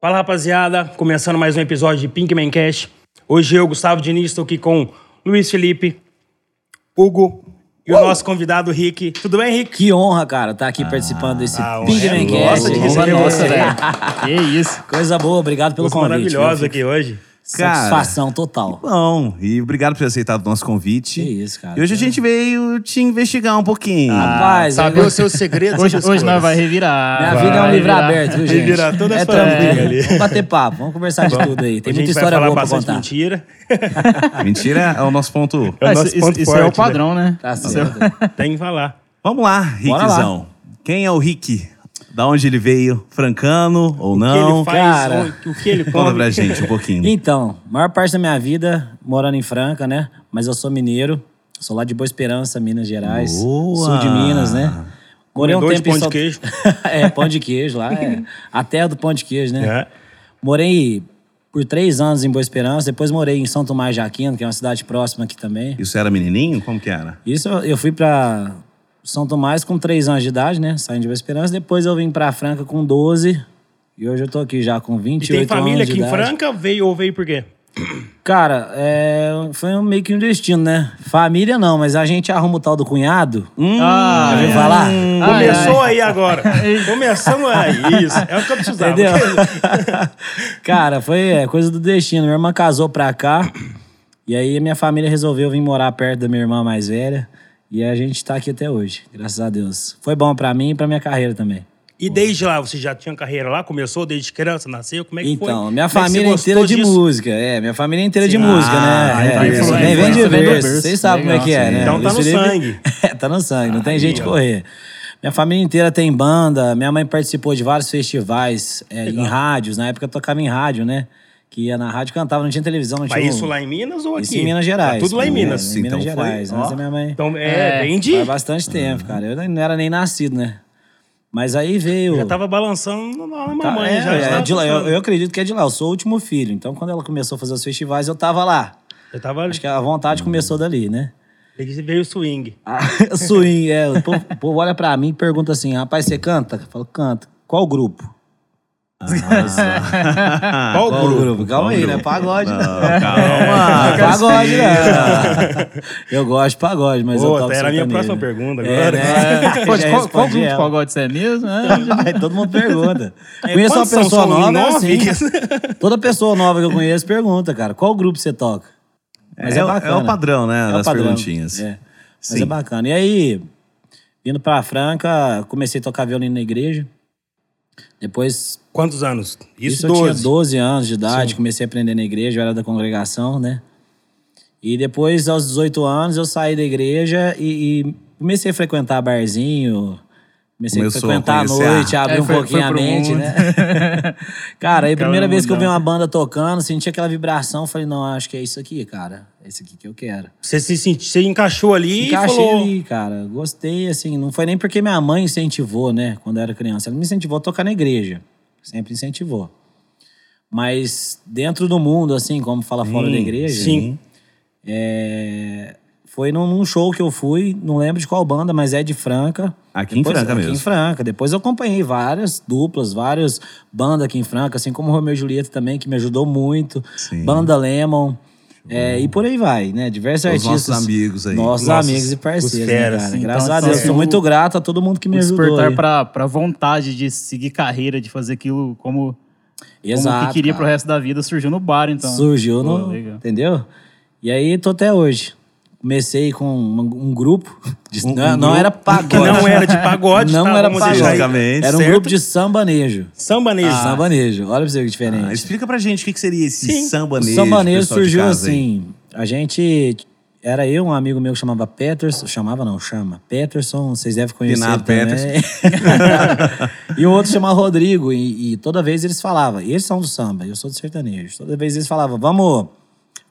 Fala rapaziada, começando mais um episódio de Pinkman Cash. Hoje eu, Gustavo Diniz, estou aqui com Luiz Felipe, Hugo e o nosso convidado Rick. Tudo bem, Rick? Que honra, cara, tá aqui participando desse ah, Pigman honra é nossa Cast. de Honra receber nossa, você. velho. Que isso. Coisa boa, obrigado pelo Ficou convite. maravilhoso meu aqui hoje. filho. Satisfação total. Bom, e obrigado por ter aceitado o nosso convite. Que isso, cara. Ah. E hoje a gente veio te investigar um pouquinho. Ah, Rapaz, tá Saber eu- os seus segredos. Hoje- suas hoje nós coisas. vai revirar. minha vida é um Vai livro virar. aberto, viu, gente? virar toda é essa briga tranquilo. ali. Vamos bater papo, vamos conversar de tudo aí. Hoje a Tem muita gente vai história falar boa pra bastante contar. mentira. Mentira é o nosso ponto. É o Ah, nosso isso, ponto isso é forte, o padrão, né? Tá certo. Tem que falar. Vamos lá, Rickzão. Quem é o Rick? Da onde ele veio? Francano ou O que ele não? faz, cara. o, o que ele Conta pra come. gente um pouquinho. Então, maior parte da minha vida morando em Franca, né? Mas eu sou mineiro, sou lá de Boa Esperança, Minas Gerais, Boa! sul de Minas, né? Morei um Comedor de tempo pão em de Salt- queijo. é, pão de queijo lá, é. A terra do pão de queijo, né? É. Morei por três anos em Boa Esperança, depois morei em São Tomás de Aquino, que é uma cidade próxima aqui também. Isso era menininho? Como que era? Isso eu eu fui pra São Tomás com três anos de idade, né? Saindo de Boa Esperança. Depois eu vim pra Franca com 12. E hoje eu tô aqui já com E 28 tem família anos de aqui em idade. Franca? Veio ou veio por quê? Cara, é, foi um- meio que um destino, né? Família não, mas a gente arruma o tal do cunhado. Hum, ah, já é. ouviu falar? Hum. Começou aí agora. Começamos aí. Isso. É o que eu precisava. Entendeu? Cara, foi é, coisa do destino. Minha irmã casou pra cá. E aí minha família resolveu vir morar perto da minha irmã mais velha. E a gente tá aqui até hoje, graças a Deus. Foi bom pra mim e pra minha carreira também. E desde lá, você já tinha carreira lá? Começou desde criança? Nasceu? Como é que foi? Então, minha Como é que você família gostou inteira de disso? música. É, minha família inteira de Sim. música, Ah, né? então É, isso vem, aí, vem de então vem do berço. berço. Vocês sabem como é que é, Legal, né? então tá Luiz no Felipe- sangue. É, tá no sangue, não tem jeito de correr. Minha família inteira tem banda, minha mãe participou de vários festivais é, em rádios. Na época eu tocava em rádio, né? Que ia na rádio, cantava, não tinha televisão, não tinha. Mas um- isso lá em Minas ou aqui? Isso em Minas Gerais. Tá tudo lá em né? Minas. Em então Minas foi- Gerais, ó. antes da minha mãe. Então, é, É, bem de... Faz bastante tempo, cara. Eu não era nem nascido, né? Mas aí veio. Já tava balançando lá na Tá, mamãe. é, já, é, já tava de lá, eu, dançando. eu acredito que é de lá. Eu sou o último filho. Então, quando ela começou a fazer os festivais, eu tava lá. Já tava... Acho que a vontade começou dali, né? Ele Veio o swing. Ah, Swing, é. O povo, o povo olha pra mim e pergunta assim: rapaz, você canta? Eu falo, canto. Qual grupo? Qual o grupo? Calma Qual aí, grupo? né? Pagode. né? Não, calma. pagode, né? Eu gosto de pagode, mas assim. Pô, eu toco era a minha sertanejo. próxima pergunta É, agora. né? Pô, de Já qual, qual respondi grupo de ela. pagode você é mesmo? Ah, já- Aí todo mundo pergunta. Conheço uma quantos são? pessoa São nova, é nove? assim. Toda pessoa nova que eu conheço pergunta, cara, qual grupo você toca? Mas É é, o- é bacana. o padrão, né, das perguntinhas. É. Mas Sim. é bacana. E aí, vindo pra Franca, comecei a tocar violino na igreja. Depois, Quantos anos? isso, Isso, eu tinha 12. 12 anos de idade, comecei a aprender na igreja, eu era da congregação, né? E depois, aos 18 anos, eu saí da igreja e, e comecei a frequentar barzinho, comecei Começou a a frequentar à conhecer a- noite, a abrir É, um foi- pouquinho foi a pro mente, mundo. né? cara, aí a primeira vez que eu vi mudando. uma banda tocando, senti aquela vibração, falei, não, acho que é isso aqui, cara. É isso aqui que eu quero. Você se sentiu... Você encaixou ali Encaixei e falou... ali, cara. Gostei, assim. Não foi nem porque minha mãe incentivou, né? Quando eu era criança. Ela me incentivou a tocar na igreja. Sempre incentivou. Mas dentro do mundo, assim, como fala fora da igreja, Sim. é, foi num, num show que eu fui, não lembro de qual banda, mas é de Franca. Aqui em Franca aqui mesmo. em Franca. Depois eu acompanhei várias duplas, várias bandas aqui em Franca, assim como Romeu e Julieta também, que me ajudou muito. Sim. Banda Lemon. é, e por aí vai, né? Diversos Os artistas. nossos amigos aí. Nossos Nossos- amigos e os parceiros, né, feras. cara? Então, Graças a assim, Deus. é Sou o- muito grato a todo mundo que me ajudou. um despertar aí. pra, pra vontade de seguir carreira, de fazer aquilo como, como Exato, que queria cara. pro resto da vida, surgiu no bar, então. Surgiu, Pô, no, legal. entendeu? E aí tô até hoje. Comecei com um, um grupo. de- não, não era pagode. Que não era de pagode, Não tá? era Vamos deixar aí. pagode. Ah, Logicamente, Era um certo? grupo de sambanejo. Sambanejo. Sambanejo. Olha pra você que diferente. Ah, explica pra gente o que, que seria esse Sim. O sambanejo. sambanejo pessoal de surgiu casa, hein? assim. A gente. Era eu, um amigo meu que chamava Peterson. Chamava não, chama. Peterson, vocês devem conhecer. Pinado também. e o outro chamava Rodrigo. E, e toda vez eles falavam. Eles são do samba, eu sou do sertanejo. Toda vez eles falavam, vamos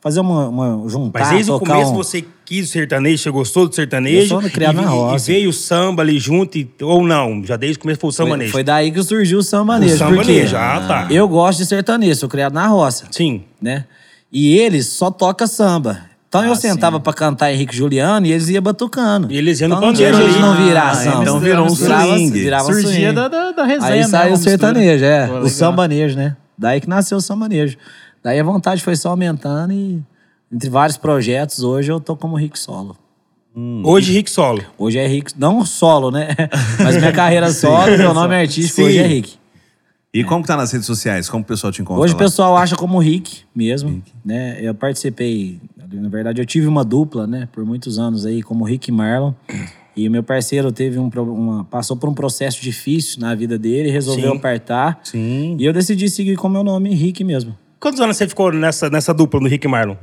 fazer uma. uma juntar, Mas desde o tocar começo um... você quis o sertanejo, você gostou do sertanejo. Eu sou criado e, na e- roça. E veio o samba ali junto, e- ou não? Já desde o começo foi o foi, sambanejo. foi daí que surgiu o sambanejo. é O sambanejo, porque ah, tá. Eu gosto de sertanejo, sou criado na roça. Sim. né? E eles só toca samba. Então eu Ah, sentava pra cantar Henrique e Juliano e eles iam batucando. E eles iam no então, não tinha pandeiro jeito de ali. não virar Ah, samba. então virou um Virava- swing. Virava Surgia swing. da, da, da resenha, Aí né, saiu uma o mistura. sertanejo, é. Pô, o legal. sambanejo, né? Daí que nasceu o São Manejo. Daí a vontade foi só aumentando e entre vários projetos, hoje eu tô como Rick Solo. Hoje, Rick Solo. Hoje é Rick, não solo, né? Mas minha carreira solo, meu nome é artístico, Sim. hoje é Rick. E como que tá nas redes sociais? Como o pessoal te encontra Hoje o lá? pessoal acha como Rick mesmo, né? Eu participei, na verdade eu tive uma dupla, né? Por muitos anos aí, como Rick e Marlon. E o meu parceiro teve um, pro- uma, passou por um processo difícil na vida dele, resolveu Sim. apartar. Sim. E eu decidi seguir com o meu nome, Rick mesmo. Quantos anos você ficou nessa, nessa dupla do Rick e Marlon?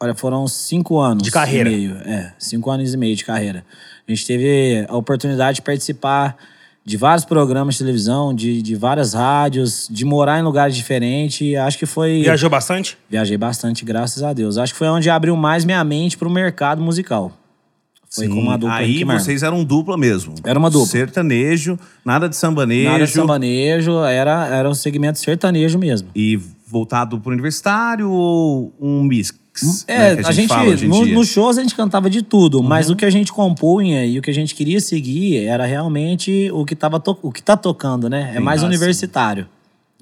Olha, foram cinco anos. De carreira. E meio. É, cinco anos e meio de carreira. A gente teve a oportunidade de participar de vários programas de televisão, de, de várias rádios, de morar em lugares diferentes. E Acho que foi. Viajou bastante? Viajei bastante, graças a Deus. Acho que foi onde abriu mais minha mente pro mercado musical. Foi Sim. como a dupla Aí Rick Marlon. vocês eram dupla mesmo. Era uma dupla. Sertanejo, nada de sambanejo. Nada de sambanejo, era, era um segmento sertanejo mesmo. E voltado pro universitário ou um mix? É, né, que a gente, fala hoje em no- dia? Uhum. nos shows a gente cantava de tudo, mas o que a gente compunha e o que a gente queria seguir era realmente o que, tava to- o que tá tocando, né? É mais ah, sim. universitário.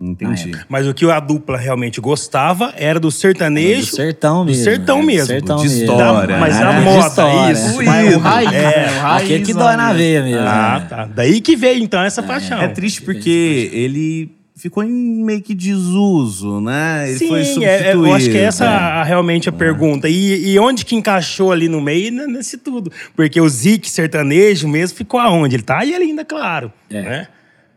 Entendi. Mas o que a dupla realmente gostava era do sertanejo. Do sertão mesmo. sertão é, mesmo. Sertão De mesmo. história, Da- mas né? da É, de moda, história. isso. O Mas ídolo. É. raiz, né? O raiz, Aquele que dói na né? veia mesmo. Ah, né? tá. Daí que veio, então, essa paixão. É triste porque ele ficou em meio que desuso, né? Ele foi Sim, substituído. é- é- eu acho que essa é né? a- realmente a pergunta. E, e onde que encaixou ali no meio né, nesse tudo? Porque o Zic sertanejo mesmo ficou aonde? Ele tá aí ainda, claro. É. né?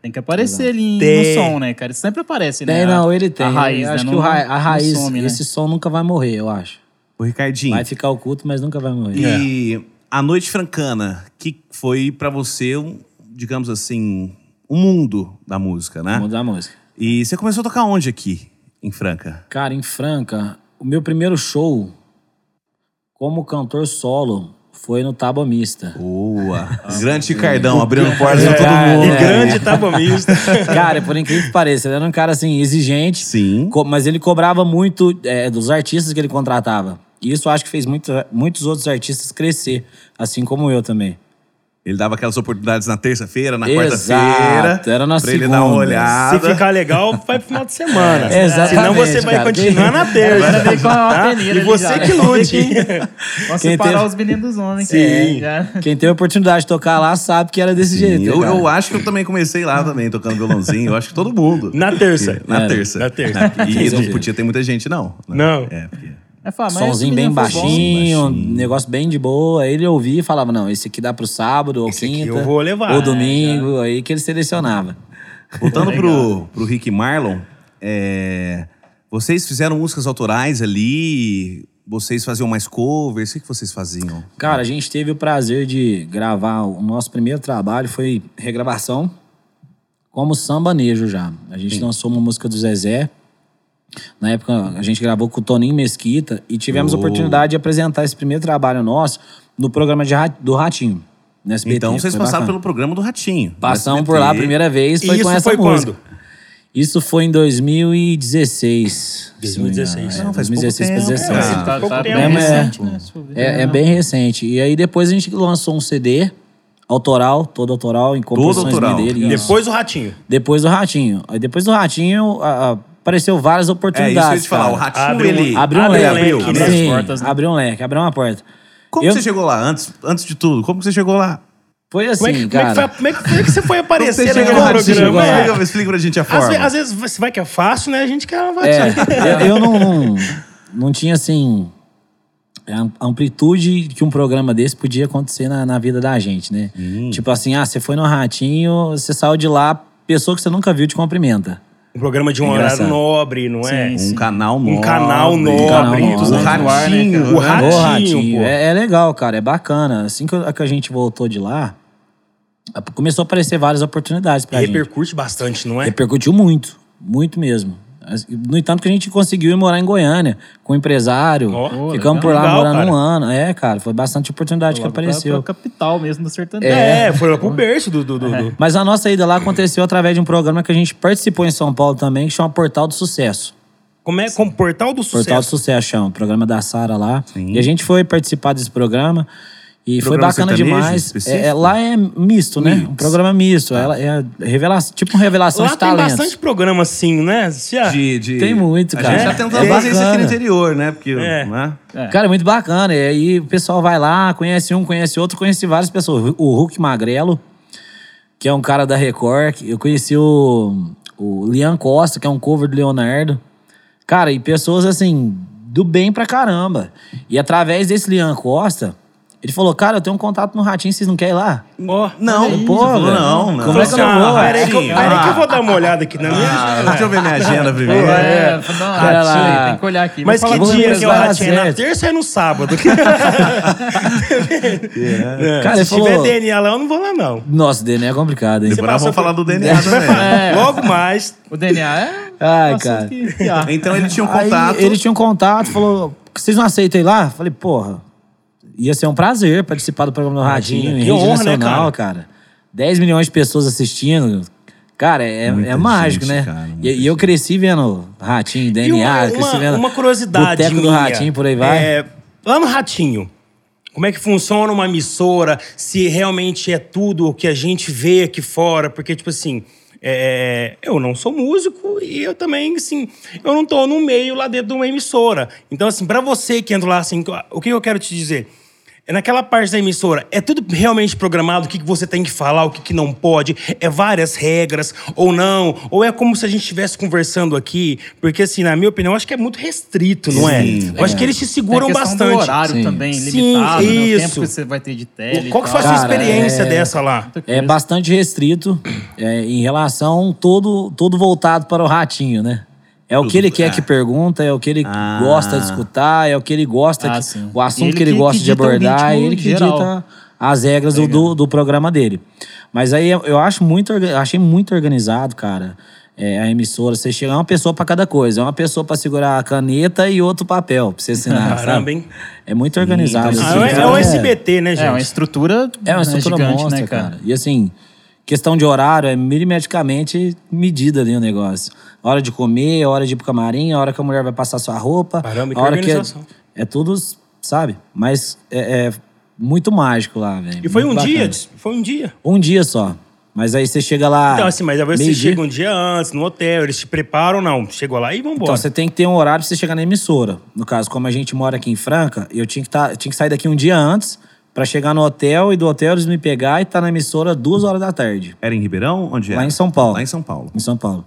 Tem que aparecer ali Tem. no som, né, cara? Ele sempre aparece, né? Tem, A- É, não, ele tem. A raiz, Eu acho né? que o Não- ra- a não raiz, some, né? esse som nunca vai morrer, eu acho. O Ricardinho. Vai ficar oculto, mas é. nunca vai né? morrer. E a Noite Francana, que foi pra você, um, digamos assim, o mundo da música, né? Vamos mudar a música. E você começou a tocar onde aqui, em Franca? Cara, em Franca, o meu primeiro show como cantor solo foi no Tábua Mista. Boa. Grande Cardão abrindo portas pra É, todo mundo. E grande tabomista. Cara, por incrível que pareça, ele era um cara assim, exigente. Sim. co- Mas ele cobrava muito é, dos artistas que ele contratava. E isso eu acho que fez muito- muitos outros artistas crescer, assim como eu também. Ele dava aquelas oportunidades na terça-feira, na Exato, quarta-feira. era na Pra ele dar uma segunda. Se olhada. ficar legal, vai pro final de semana. Exatamente, Senão você vai cara. continuar na terça. é Agora veio com a tá? peneira E ali você já, né? que lute. Vamos Quem separar teve- os meninos dos homens. Sim. cara, já. Quem teve a oportunidade de tocar lá sabe que era desse jeito. né, Eu, cara. eu acho que eu também comecei lá também, tocando violãozinho. Eu acho que todo mundo. Na terça. Na É, terça. na terça. E não podia ter muita gente, não. Não. É, porque... É, fala, mas Somzinho esse bem menino foi bom. baixinho, Baixinho. negócio bem de boa. Ele ouvia e falava: não, esse aqui dá pro sábado ou Esse aqui quinta. eu vou levar. Ou domingo, aí que ele selecionava. Voltando pro, pro Rick e Marlon, é, vocês fizeram músicas autorais ali, vocês faziam mais covers, o que, que vocês faziam? Cara, a gente teve o prazer de gravar. O nosso primeiro trabalho foi regravação como sambanejo já. A gente lançou uma música do Zezé. Na época, a gente gravou com o Toninho Mesquita e tivemos a Oh. oportunidade de apresentar esse primeiro trabalho nosso no programa de Ra- do Ratinho, no SBT. Então vocês Foi passaram bacana. pelo programa do Ratinho. né? do Passamos SBT. por lá a primeira vez, E foi com isso essa foi música. quando? Isso foi em 2016. se não me engano. 2016. É, Não, faz pouco 2016 para tempo, 17. cara. Tá, tá, Pouco tá tempo. bem É, mas- recente, né? se for ver. É, é bem recente. E aí depois a gente lançou um CD autoral, todo autoral, em composições autoral. dele. isso. Depois o Ratinho. Depois do Ratinho. Aí depois do Ratinho a- a- apareceu várias É, oportunidades. isso que eu ia te falar, cara. o Ratinho, Abre um- ele... Abriu um Abre leque. um leque, abriu, né? sim, As portas, né? abriu um leque, abriu uma porta. Como eu- que você chegou lá, antes, antes de tudo? Como que você chegou lá? Foi assim, Como é, que, como é que cara. foi- como é que foi que você foi Como que aparecer você naquele chegou lá? programa? Você chegou lá? É. Explica, explica pra gente a Às, forma. ve- às vezes você vai que é fácil, né? A gente quer uma É, eu- eu não, não, não tinha assim. A amplitude que um programa desse podia acontecer na, na vida da gente, né? Hum. Tipo assim, ah, você foi no ratinho, você saiu de lá, pessoa que você nunca viu te cumprimenta. Um programa de um horário Engraçado. nobre, não é? Sim, Um canal nobre. Um canal nobre. nobre. O O Ratinho. né? Ratinho, Ô, Ratinho, pô. É, é legal, cara, é bacana. Assim que a, que a gente voltou de lá, a- começou a aparecer várias oportunidades pra gente. Repercute bastante, não é? Repercutiu muito, muito mesmo. As- No entanto, que a gente conseguiu ir morar em Goiânia com um empresário. Ó, Ficamos legal. por lá Legal, morando cara. um ano. É, cara, foi bastante oportunidade que Logo pra- pra tá apareceu. capital mesmo do sertanejo. É, foi lá pro berço do. do, do- do- Mas a nossa ida lá aconteceu através de um programa que a gente participou em São Paulo também, que chama Portal do Sucesso. Como é? Como Portal do Portal do Sucesso. Sucesso chama, o programa da Sara lá. E a gente foi participar desse programa. E foi Programa bacana sertanejo demais. específico? Tá. É, é, lá é misto, né? Um programa misto. Ela é revela tipo uma revelação Lá de tem talentos. bastante programa assim, né? Você já- De, de- Tem muito, A cara. gente tá tentando É fazer isso aqui bacana. no interior, né? Porque, É. né? Cara, é muito bacana. E aí o pessoal vai lá, conhece um, conhece outro, conhece várias pessoas. O Hulk Magrelo, que é um cara da Record. que- Eu conheci o, o Lian Costa, que é um cover do Leonardo. Cara, e pessoas assim, do bem pra caramba. E através desse Lian Costa, ele falou: Cara, eu tenho um contato no Ratinho, vocês não querem ir lá? Ó. Não, Pô, não, velho. não, é não. Como é que eu não vou? Ah, peraí que eu- Ratinho, peraí que eu ah. vou dar uma olhada aqui na minha. Ah, deixa eu ver minha agenda primeiro. É, não, Cara, tio, lá- tem que olhar aqui. Mas Vou que falar com dia vocês que é o vai dar Ratinho? É na certo. terça ou é no sábado? É. Cara, ele Se tiver falou- DNA lá, eu não vou lá, não. Nossa, o DNA é complicado, hein? Agora passou vamos falar por- do DNA também. É. Logo mais. O DNA é. Ai, assunto Ah, cara. que- que ah, há. Então ele tinha um Aí contato. ele tinha um contato, falou: Vocês não aceitam ir lá? Falei, porra, ia ser um prazer participar do programa do Radinho, em que rede honra, né, nacional, cara? 10 milhões de pessoas assistindo. Cara, é, é Muita mágico, gente, né? cara, muita e, e eu cresci vendo Ratinho, DNA, e um- uma, cresci uma, vendo. uma curiosidade né? Boteco do minha. Ratinho, por aí vai. É, lá no Ratinho, como é que funciona uma emissora? Se realmente é tudo o que a gente vê aqui fora? Porque, tipo assim... é, eu não sou músico e eu também, assim, eu não tô no meio lá dentro de uma emissora. Então, assim, pra você que entra lá, assim, o que eu quero te dizer? É naquela parte da emissora, é tudo realmente programado, o que, que você tem que falar, o que, que não pode, é várias regras ou não, ou é como se a gente estivesse conversando aqui, porque assim, na minha opinião, eu acho que é muito restrito, não é? Sim, eu acho que eles te seguram É Tem a questão do bastante. horário Sim. também, Sim, limitado, né? O isso. tempo que você vai ter de tele. Qual e que foi tal. a sua Cara, experiência é- dessa lá? É bastante restrito é, em relação todo todo voltado para o ratinho, né? É o que ele quer que pergunta, é o que ele Ah. gosta de escutar, é o que ele gosta, Ah, que- sim. o assunto Ele que ele que- gosta de que dita o abordar, ritmo ele que geral. dita as regras do, do, do programa dele. Mas aí eu eu acho muito, orga- eu achei muito organizado, cara. é, a emissora, você chega, é uma pessoa para cada coisa, é uma pessoa para segurar a caneta e outro papel para você assinar. Ah, sabe? Caramba, hein? É muito organizado. Ah, assim, é, é o cara. SBT, né, É um uma gente? estrutura. É uma né, estrutura gigante, monstra, né, cara? E assim, questão de horário é milimetricamente medida ali o negócio. Hora de comer, hora de ir pro camarim, a hora que a mulher vai passar sua roupa. Caramba, que a hora que é, organização. é tudo, sabe? Mas é, é muito mágico lá, velho. E foi um Muito dia, bacana. foi um dia. Um dia só. Mas aí você chega lá. Então, assim, mas aí você meio-dia. chega um dia antes, no hotel, eles te preparam, não. Chegou lá e Então vambora. você tem que ter um horário pra você chegar na emissora. No caso, como a gente mora aqui em Franca, eu tinha que, tá, tinha que sair daqui um dia antes pra chegar no hotel e do hotel eles me pegar e tá na emissora duas horas da tarde. Era em Ribeirão? Onde era? Lá em São Paulo. É. Lá em São Paulo. em São Paulo.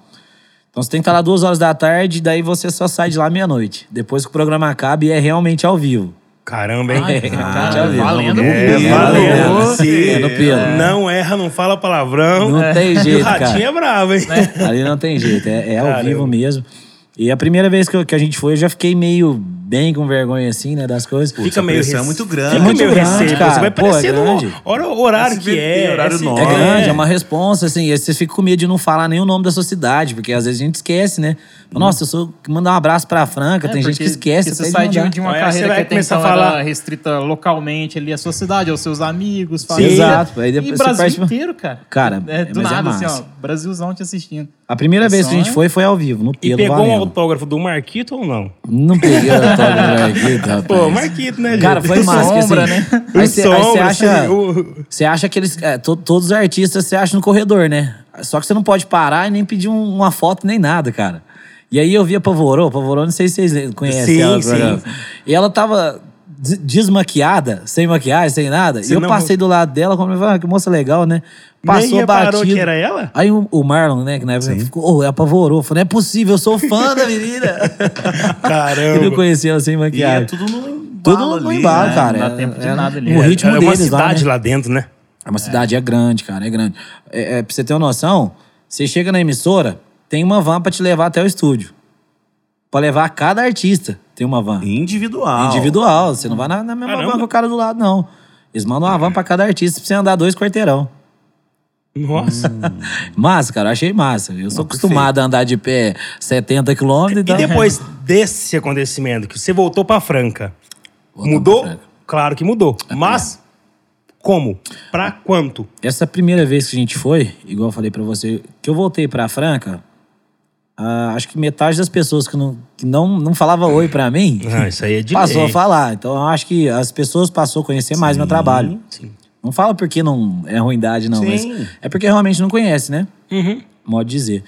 Então você tem que estar lá duas horas da tarde, daí você só sai de lá meia-noite. Depois que o programa acaba e é realmente ao vivo. Caramba, hein? É, realmente ao cara, vivo. valendo É, É, valeu. valeu. Sim. É, no pelo. Não erra, não fala palavrão. Não tem E o jeito, ratinho cara. Né? é bravo, hein? Ali não tem jeito, é, é ao Caramba. vivo mesmo. E a primeira vez que, eu- que a gente foi, eu já fiquei meio bem com vergonha assim, né, das coisas. Fica a meio pressão é rece- muito grande. né? Fica É muito meio grande, receio. cara. Você vai Pô, é parecendo grande. hora, o horário que SBT, é. horário esse- É nobre. grande, é uma responsa, assim. E aí você fica com medo de não falar nem o nome da sua cidade, porque às vezes a gente esquece, né? Nossa, eu sou. Mandar um abraço pra Franca, tem gente que É, porque- esquece. porque até Você de sai de, um mandar. de uma Aí você carreira vai que até começar a então falar... falar- restrita localmente ali à sua cidade, aos seus amigos, exato. Aí depois e você Brasil participa- inteiro, cara. Cara, é, do mas é nada, assim, ó. massa. Brasilzão te assistindo. A primeira vez que a gente Só- foi foi ao vivo, no E Pelo pegou um valendo. autógrafo do Marquito ou não? Não peguei o autógrafo aqui, tá, rapaz. Pô, Marquito, né, Cara, gente? foi massa. que, Sombra, assim, né? Aí você aí você Sombra, acha. assim, o- Você acha que eles. é, to- todos os artistas você acha no corredor, né? Só que você não pode parar e nem pedir um- uma foto nem nada, cara. E aí eu vi a Pavorô, Pavorô, não sei se vocês le- conhecem Sim, ela. do sim. programa. E ela tava des- desmaquiada, sem maquiagem, sem nada. Você e eu não- passei do lado dela, como ah, que moça legal, né? Nem Passou reparou batido. que era ela? Aí o, o Marlon, né, que na época ficou, oh, apavorou. Falou, não é possível, eu sou fã da menina. Eu não Caramba. conhecia ela sem E é maquiagem. tudo no embalo Tudo no ali, embalo, né? cara. Não dá tempo de nada ali. O É, ritmo Era uma deles lá, né? cidade lá dentro, né? É uma cidade, é grande, cara, é grande. É, é, pra você ter uma noção, você chega na emissora, tem uma van pra te levar até o estúdio. Pra levar cada artista, tem uma van. Individual. Individual, você não vai na, na mesma Caramba. van que o cara do lado, não. Eles mandam uma van pra cada artista pra você andar dois quarteirão. Nossa. Massa, cara, eu achei massa. Eu sou acostumado a andar de pé 70 quilômetros, E então... depois desse acontecimento, que você voltou pra Franca, mudou? pra Franca. Claro que mudou. Mas como? Pra quanto? Essa primeira vez que a gente foi, igual eu falei pra você, que eu voltei pra Franca, ah, acho que metade das pessoas que não, que não, não falava oi pra mim Ah, isso aí é de passou lei. a falar. Então eu acho que as pessoas passou a conhecer mais meu trabalho. Sim. Não fala porque não é ruindade, não. mas Sim. Uhum. é porque realmente não conhece, né? Modo de dizer.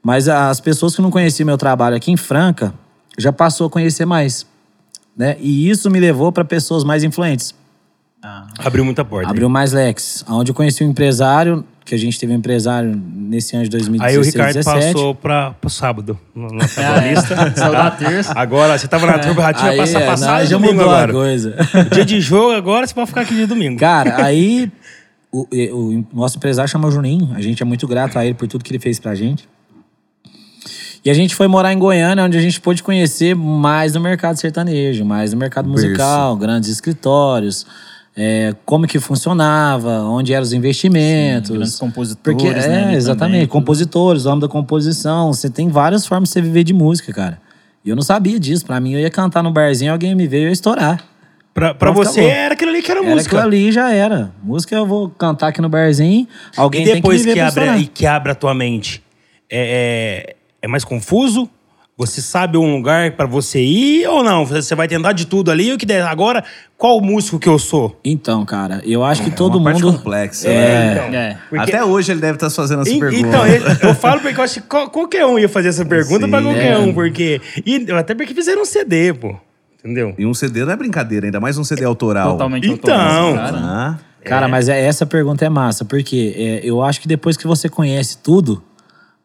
Mas as pessoas que não conheciam meu trabalho aqui em Franca já passou a conhecer mais. Né? E isso me levou para pessoas mais influentes. Abriu muita porta. Abriu mais leques. Onde eu conheci um empresário, que a gente teve um empresário nesse ano de Aí 2016, o Ricardo 17. passou para o sábado, na nossa Ah, é. lista. Saiu da terça. Agora, você tava na turma ratinha, Aí, ah, passa é, passar não, já domingo mudou agora. a coisa. Dia de jogo agora, você pode ficar aqui de domingo. Cara, aí o, e- o nosso empresário chama Juninho. A gente é muito grato a ele por tudo que ele fez pra gente. E a gente foi morar em Goiânia, onde a gente pôde conhecer mais do mercado sertanejo, mais do mercado Berço. musical, grandes escritórios, é, como que funcionava, onde eram os investimentos. Grandes compositores, Porque, né? é, ali também, exatamente. tudo. compositores, homem da composição. Você tem várias formas de você viver de música, cara. E eu não sabia disso. Pra mim, eu ia cantar no barzinho, alguém me veio e eu ia estourar. Pra, pra Pronto, você acabou. era aquilo ali que era, Era aquilo É música. ali e já era. Música eu vou cantar aqui no barzinho, alguém E depois tem que, que, me ver abre, pra estourar. e que abre a tua mente, é, é, é mais confuso? Você sabe um lugar pra você ir ou não? Você vai tentar de tudo ali. O que der agora, qual músico que eu sou? Então, cara, eu acho que É uma todo parte mundo... complexa, É. né? É. Porque- Até hoje ele deve estar fazendo essa Então, E- pergunta. Então, eu eu falo porque eu acho que qual- qualquer um ia fazer essa pergunta Sim. pra qualquer É. um, porque. E até porque fizeram um CD, pô. Entendeu? E um CD não é brincadeira, ainda mais um CD autoral. Totalmente Então. automático, cara. Ah, Cara, mas é, essa pergunta é massa, porque é, eu acho que depois que você conhece tudo,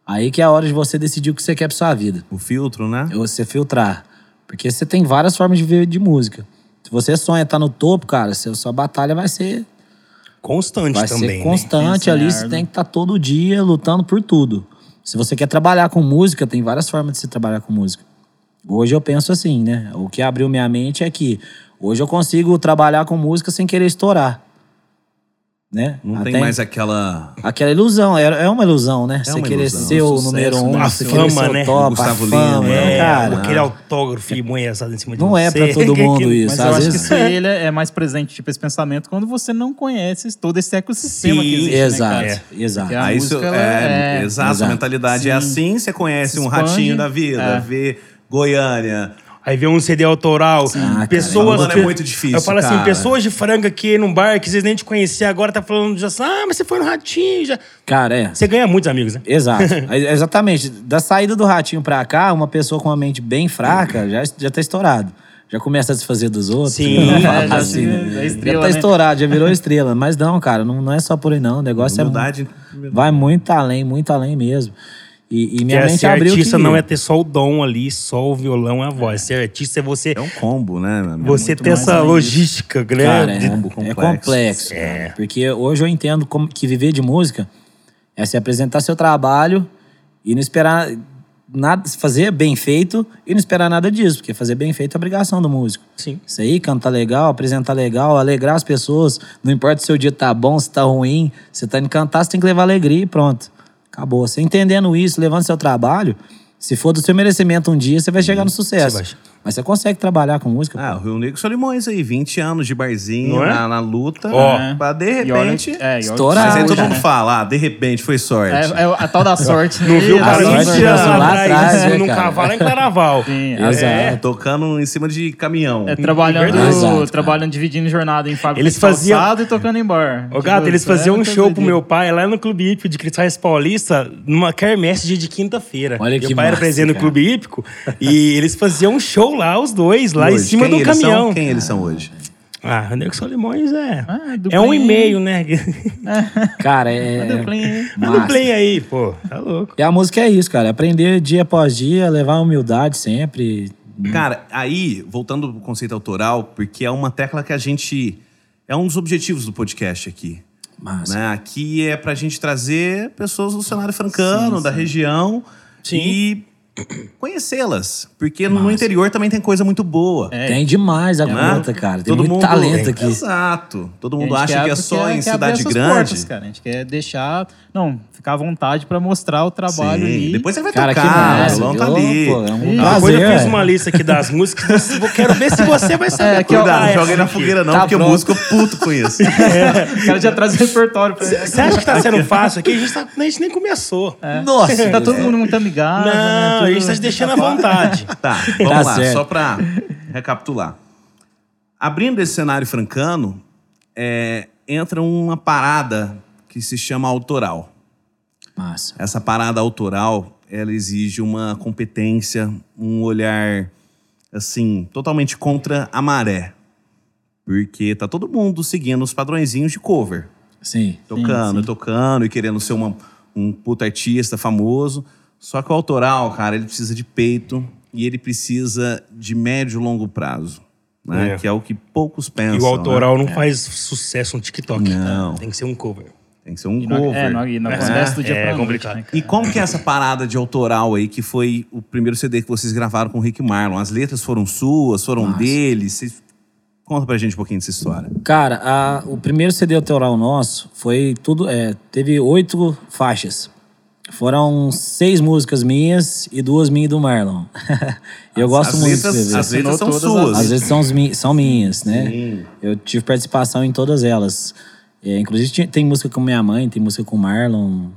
aí que é a hora de você decidir o que você quer pra sua vida. o filtro, né? É você filtrar. Porque você tem várias formas de viver de música. Se você sonha estar no topo, cara, seu- sua batalha vai ser Constante Vai também. ser né? constante Esse ali, merda. você tem que estar todo dia lutando por tudo. Se você quer trabalhar com música, tem várias formas de se trabalhar com música. Hoje eu penso assim, né? O que abriu minha mente é que hoje eu consigo trabalhar com música sem querer estourar. Né? Não Até tem mais aquela. Aquela ilusão, é, é uma ilusão, né? você uma querer ilusão. ser o Sucesso, número um, né? você A querer fama, ser o né? top, a Gustavo fama, Lima, né, É, cara? aquele autógrafo e mulherzada em cima de Não é você. pra todo mundo Que- isso. Mas Às eu acho vezes- que isso aí ele é é mais presente, tipo, esse pensamento, quando você não conhece todo esse Sim, ecossistema que existe, Exato, né, cara? exato. Porque a Aí isso música, ela é, é- exato, a Exato. mentalidade é assim, você conhece Se um expande, ratinho da vida, é. vê Goiânia. Aí vê um CD autoral. Ah, cara, pessoas. falando é muito difícil, Eu falo assim, cara. pessoas de frango aqui num bar que vocês nem te conheciam agora, tá falando já assim, ah, mas você foi no ratinho. Já... Cara, é. Você ganha muitos amigos, né? Exato. Aí, Exatamente. Da saída do ratinho pra cá, uma pessoa com uma mente bem fraca já, já tá estourado. Já começa a desfazer dos outros. Sim, né? é, Fala já assim, se- né? é estrela, já tá né? estourado, já virou estrela. Mas não, cara, não, não é só por aí, não. O negócio Humildade. é. mu- Vai muito além, muito além mesmo. E, e minha Porque mente ser abriu. artista que- não é ter só o dom ali, só o violão e a voz. Ser artista é você, É um combo, né? meu amigo? você muito ter mais essa além logística né? Cara, é, grande. é combo complexo. complexo. cara. Porque hoje eu entendo como que viver de música é se apresentar seu trabalho e não esperar nada, fazer bem feito e não esperar nada disso, porque fazer bem feito é obrigação do músico. Sim. Isso aí, cantar legal, apresentar legal, alegrar as pessoas, não importa se o seu dia tá bom, se tá ruim, você tá indo cantar, você tem que levar alegria e pronto. Acabou. Você entendendo isso, levando seu trabalho, se for do seu merecimento um dia, você vai chegar no sucesso. Você vai. Mas você consegue trabalhar com música, Ah, o Rio Negro Solimões aí, 20 anos de barzinho, Não é? na, na luta, Ó. pra de E olha- repente... é, e olha- Estourar Mas aí hoje, todo mundo né? fala, ah, de repente foi sorte. É, é a tal da sorte. Não viu o A cara Agora sorte, 20 já anos sou lá atrás, atrás, né, num cara? cavalo é em carnaval. Sim, É. Exato. Tocando em cima de caminhão. É trabalhando, Uhum. Verdade. Exato, cara. trabalhando dividindo jornada em fábrica Eles de faziam- calçado e tocando em bar. Ô, gato, Tipo, eles isso é faziam um muita show pro doideira. meu pai lá no Clube Hípico de Cristais Paulista, numa quermesse dia de quinta-feira. Olha que meu pai era massa, presidente do cara. Clube Hípico e eles faziam um show lá, os dois, lá em Hoje, cima quem do eles caminhão. São, quem eles são hoje? Ah, o Nego Solimões é. Ah, é duplinha. um e-mail, né? Cara, é. Duplinha. Manda o Massa. play aí, pô. Tá louco. E a música é isso, cara. Aprender dia após dia, levar humildade sempre. Cara, aí, voltando pro conceito autoral, porque é uma tecla que a gente. É um dos objetivos do podcast aqui. Massa. Né? Aqui é pra gente trazer pessoas do cenário francano, da região. Sim. E conhecê-las. Porque no interior também tem coisa muito boa. É. Tem demais a conta, cara. Tem muito talento aqui. Exato. Todo A mundo gente acha quer- que é só quer- em quer abrir cidade essas grande. portas, cara. A gente quer deixar. Não, ficar à vontade pra mostrar o trabalho Sim. ali. Depois ele vai Cara, que tocar, massa. o violão tá Ô, ali. pô, é um Ih, Depois prazer. eu fiz velho. uma lista aqui das músicas. Eu quero ver se você vai saber. É, que eu- tocar Cuidado, não essa joga ele na aqui. fogueira não, Tá porque o pronto. músico é puto com isso. O cara já traz o repertório pra Você acha que tá sendo fácil aqui? A gente, tá- a gente nem começou. É. Nossa! Tá todo mundo muito amigável. né? é. Não, Tudo- a gente tá te deixando à vontade. Tá, vamos lá, certo. só pra recapitular. Abrindo esse cenário francano, é, entra uma parada que se chama autoral. Massa. Essa parada autoral, ela exige uma competência, um olhar, assim, totalmente contra a maré. Porque tá todo mundo seguindo os padrõezinhos de cover. Sim. Tocando, sim. tocando e querendo ser uma- um puta artista famoso. Só que o autoral, cara, ele precisa de peito e ele precisa de médio e longo prazo. Né? É. Que é o que poucos pensam. E o né? autoral É. não faz sucesso no TikTok. Não. Tem que ser um cover. Tem que ser um E não, cover. é, não, e não É, acontece do dia é pra noite, complicado. né, cara? E como que é essa parada de autoral aí, que foi o primeiro CD que vocês gravaram com o Rick Marlon? As letras foram suas, foram dele? Vocês- Conta pra gente um pouquinho dessa história. Cara, a- o primeiro CD autoral nosso foi tudo. é, teve oito faixas. Foram seis músicas minhas e duas minhas e do Marlon. Eu gosto as muito de letras, escrever. as letras são Assinou todas suas. as- Às vezes são, os mi- são minhas, né? Eu tive participação em todas elas. É, inclusive tinha- tem música com minha mãe, tem música com o Marlon.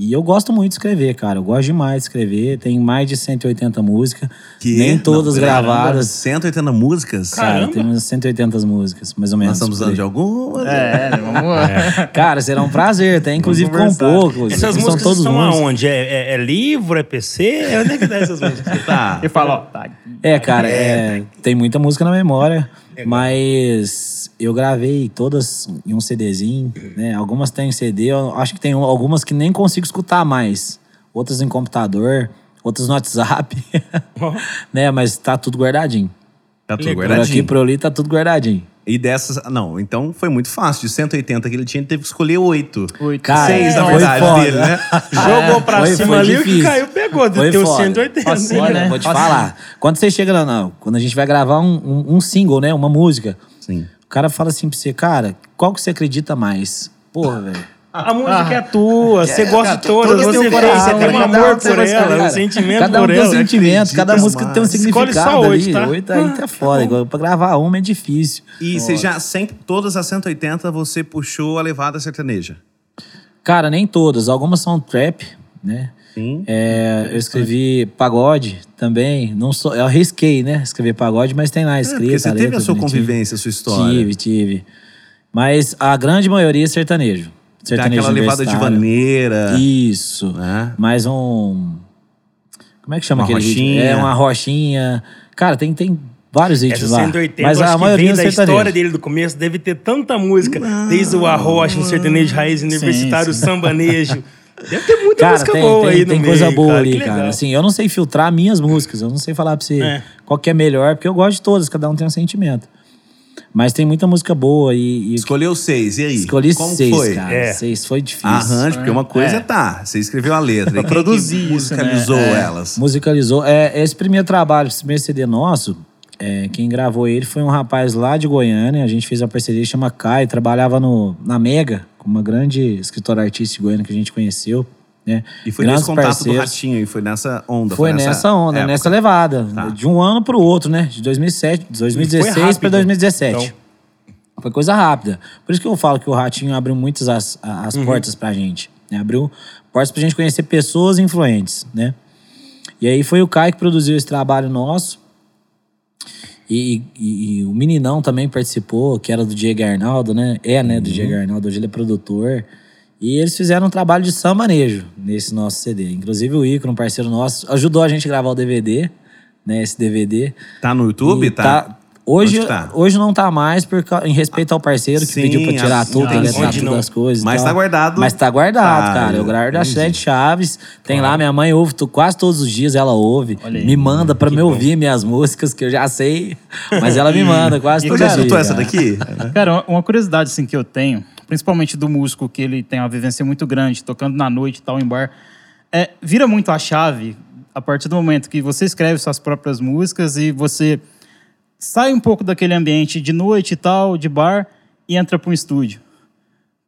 E eu gosto muito de escrever, cara. Eu gosto demais de escrever. Tem mais de 180 músicas. Que? Nem Não, todas caramba, gravadas. 180 músicas? Cara, Caramba. tem umas 180 músicas, mais ou Nós menos. estamos por aí. usando de algumas. É, né, vamos Cara, será um prazer, tá? Inclusive com um conversar. pouco. Essas são músicas todos estão músicos. aonde? É, é- é livro? É PC? É onde é que dá essas músicas? Tá. Eu falo, ó, tá aqui. É, cara, é, tem muita música na memória, mas eu gravei todas em um CDzinho, né? Algumas tem CD, eu acho que tem um, algumas que nem consigo escutar mais. Outras em computador, outras no WhatsApp, né? Mas tá tudo guardadinho. Tá tudo Legal. Por aqui, guardadinho. por ali, tá tudo guardadinho. E dessas. Não, então foi muito fácil. De 180 que ele tinha, ele teve que escolher 8. Oito. Cara, Seis, é, é, na foi verdade, foda. dele, né? Jogou pra Foi- cima Ah, é. foi ali, o que difícil. caiu pegou. Foi Deu foda. 180. Assim, né? né? Vou te falar. Quando você chega lá, não, quando a gente vai gravar um, um- um single, né? Uma música, Sim. o cara fala assim pra você, cara, qual que você acredita mais? Porra, velho. A música é tua, Ah, você gosta de todas, todas têm você um fez, coração, você né? tem um cada amor você por vai escolher, ela, um cara. sentimento Cada um por tem um ela. é sentimento, cada Acredita música tem um mais. Escolhe só significado ali. oito, tá? Oito aí tá foda. Igual pra gravar uma é difícil. E você já, sempre, todas as 180, você puxou a levada sertaneja. Cara, nem todas. Algumas são trap, né? Sim. É, eu escrevi pagode também. Não sou, eu arrisquei, né? Escrever pagode, mas tem lá É, escrito. porque você teve a sua convivência, a sua história. Tive, tive. Mas a grande maioria é sertanejo. Dá Sertanejo aquela levada de universitário. vaneira. Isso. Né? Mais um. Como é que chama Uma aquele rochinha. ritmo? É, uma rochinha. Cara, tem, tem vários Essa ritmos lá. 180, Mas eu a acho que maioria vem é da sertanejo. história dele do começo, deve ter tanta música. Ah, Desde o Arrocha, um sertanejo raiz universitário, sim. sambanejo. Deve ter muita Cara, música tem, boa tem, aí no tem meio, coisa boa cara, ali, que cara. legal. Assim, eu não sei filtrar minhas músicas, eu não sei falar pra você É. qual que é melhor, porque eu gosto de todas, cada um tem um sentimento. Mas tem muita música boa e, e Escolheu seis, e aí? escolhi Como seis, foi? cara. É. Seis foi difícil. Arranjo, porque uma coisa É. tá. Você escreveu a letra. e quem que produzir isso, musicalizou né? É. elas. Musicalizou. É, esse primeiro trabalho, esse primeiro CD nosso, é, quem gravou ele foi um rapaz lá de Goiânia. A gente fez uma parceria, chama Kai, trabalhava no, na Mega, com uma grande escritora artista de Goiânia que a gente conheceu. Né? E foi Grandes nesse contato do parceiros. Ratinho, e foi nessa onda. Foi nessa, onda, época. nessa levada. Tá. De um ano pro outro, né? De 2007, de 2016 rápido, para 2017. então. Foi coisa rápida. Por isso que eu falo que o Ratinho abriu muitas as, a- as portas pra gente. né? Abriu portas pra gente conhecer pessoas influentes, né? E aí foi o Caio que produziu esse trabalho nosso. E, e- e o Meninão também participou, que era do Diego Arnaldo, né? É, né? Do Diego Arnaldo, hoje ele é produtor. E eles fizeram um trabalho de samanejo nesse nosso CD. Inclusive o Ico, um parceiro nosso, ajudou a gente a gravar o DVD, né? Esse DVD. Tá no YouTube? E Tá. Hoje, Onde tá? hoje não tá mais, porque, em respeito ao parceiro que Sim, pediu pra tirar as- tudo, as- deletar onde tudo não. as coisas. e Mas tal. tá guardado. Mas tá guardado, Tá, cara. Eu guardo as entendi. Tá. sete chaves. Tem lá, minha mãe ouve tu- quase todos os dias, ela ouve. Olha aí, me manda pra me ouvir minhas músicas, que eu já sei. Mas ela me manda quase Você todos já os dias. escutou é essa cara. daqui? É Cara, uma- uma curiosidade assim que eu tenho, principalmente do músico que ele tem uma vivência muito grande, tocando na noite e tal em bar, é, vira muito a chave a partir do momento que você escreve suas próprias músicas e você sai um pouco daquele ambiente de noite e tal, de bar, e entra para um estúdio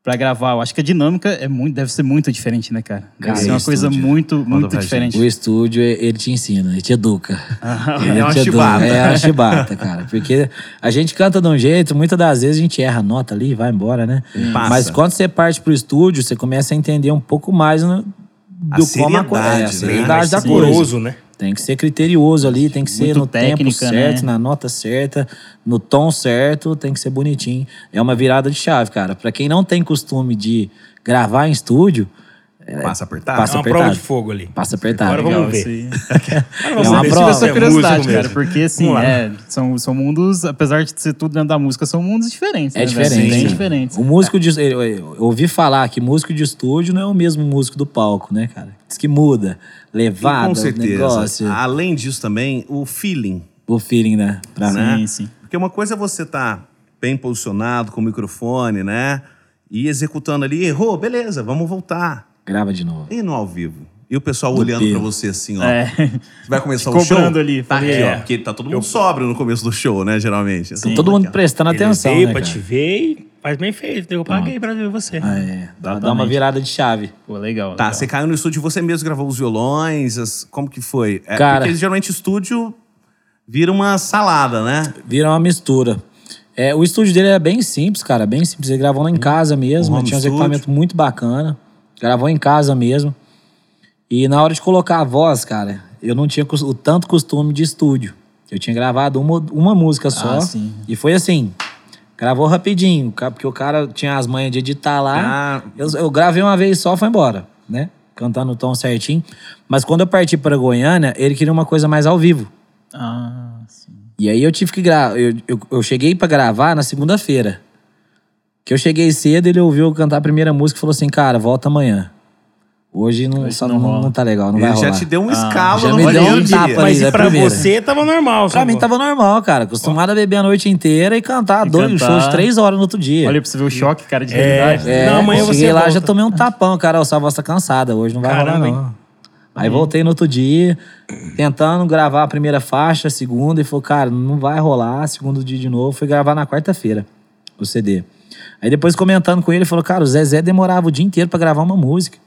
para gravar. Eu acho que a dinâmica é muito, deve ser muito diferente, né, cara? Deve Cara, ser uma o coisa estúdio. é muito, muito pra diferente. O estúdio, e- ele te ensina, ele te educa. Ele é uma te educa. chibata. É uma chibata, cara. Porque a gente canta de um jeito, muitas das vezes a gente erra a nota ali, vai embora, né? Passa. Mas quando você parte pro estúdio, você começa a entender um pouco mais no- A do como a coisa. seriedade, É, a né? seriedade da coisa. Tá Rigoroso, Ah, né? Tem que ser criterioso ali, tem que ser Muito no tempo técnica, certo, né? na nota certa, no tom certo, tem que ser bonitinho. É uma virada de chave, cara. Pra quem não tem costume de gravar em estúdio, Passa tá? apertado? É Passa- uma apertado. prova de fogo ali. passa apertado. Agora vamos Legal, ver. Então, isso aí. Agora É vamos uma ver se você prova. é Essa curiosidade, músico cara, mesmo. porque assim, Vamos lá. é, são, são mundos, apesar de ser tudo dentro da música, são mundos diferentes. É né, velho? diferente. Bem né? diferentes. O músico de. Eu, eu ouvi falar que músico de estúdio não é o mesmo músico do palco, né, cara? Diz que muda. E Levada, Com o certeza. negócio. Além disso também, o feeling. O feeling, né? Pra né? Sim, sim. Porque uma coisa é você estar bem posicionado com o microfone, né? E executando ali, errou, beleza, vamos voltar. Grava de novo. E no ao vivo? E o pessoal olhando peso. pra você assim, ó. É. Você vai começar o show? Cobrando ali. é. Tá aqui, falei, ó. Porque tá todo mundo sóbrio no começo do show, né? Geralmente. Assim, Todo tá mundo aqui, ó. prestando atenção, Ele veio né, pra cara? te ver e faz bem feito. Eu paguei pra ver você. Ah, é. Dá, dá uma virada de chave. Pô, legal. Tá, legal. você caiu no estúdio, você mesmo gravou os violões, as- como que foi? É, Cara- Porque geralmente estúdio vira uma salada, né? Vira uma mistura. É, o estúdio dele é bem simples, cara. Bem simples. Ele gravou lá em casa mesmo. Um ele tinha um home equipamento muito bacana. Gravou em casa mesmo. E na hora de colocar a voz, cara, eu não tinha cos- o tanto costume de estúdio. Eu tinha gravado uma, uma música só. Ah, sim. E foi assim. Gravou rapidinho, ca- porque o cara tinha as manhas de editar lá. Ah. Eu, eu gravei uma vez só, foi embora, né? Cantando o tom certinho. Mas quando eu parti para Goiânia, ele queria uma coisa mais ao vivo. Ah, sim. E aí eu tive que gravar. Eu, eu, eu cheguei pra gravar na segunda-feira. Que eu cheguei cedo, ele ouviu eu cantar a primeira música e falou assim: cara, volta amanhã. Hoje não, Hoje só não não, rola. não tá legal, não Ele vai já rolar. te deu um Ah, escalo já no me deu primeiro um dia. tapa Mas Pois e é, pra primeira. você tava normal, Pra só mim vou- tava normal, cara. Acostumado a beber a noite inteira e cantar E dois cantar. shows, três horas no outro dia. Olha pra você ver o choque, cara, de É, realidade. né? É, não, amanhã cheguei você lá, volta. já tomei um tapão, cara. Ó, sua voz tá cansada, hoje não vai Caramba, rolar, hein? não. Aí Uhum. voltei no outro dia, tentando gravar a primeira faixa, a segunda, e falou, cara, não vai rolar, segundo dia de novo. Fui gravar na quarta-feira o CD. Aí depois comentando com ele, ele falou, cara, o Zezé demorava o dia inteiro pra gravar uma música.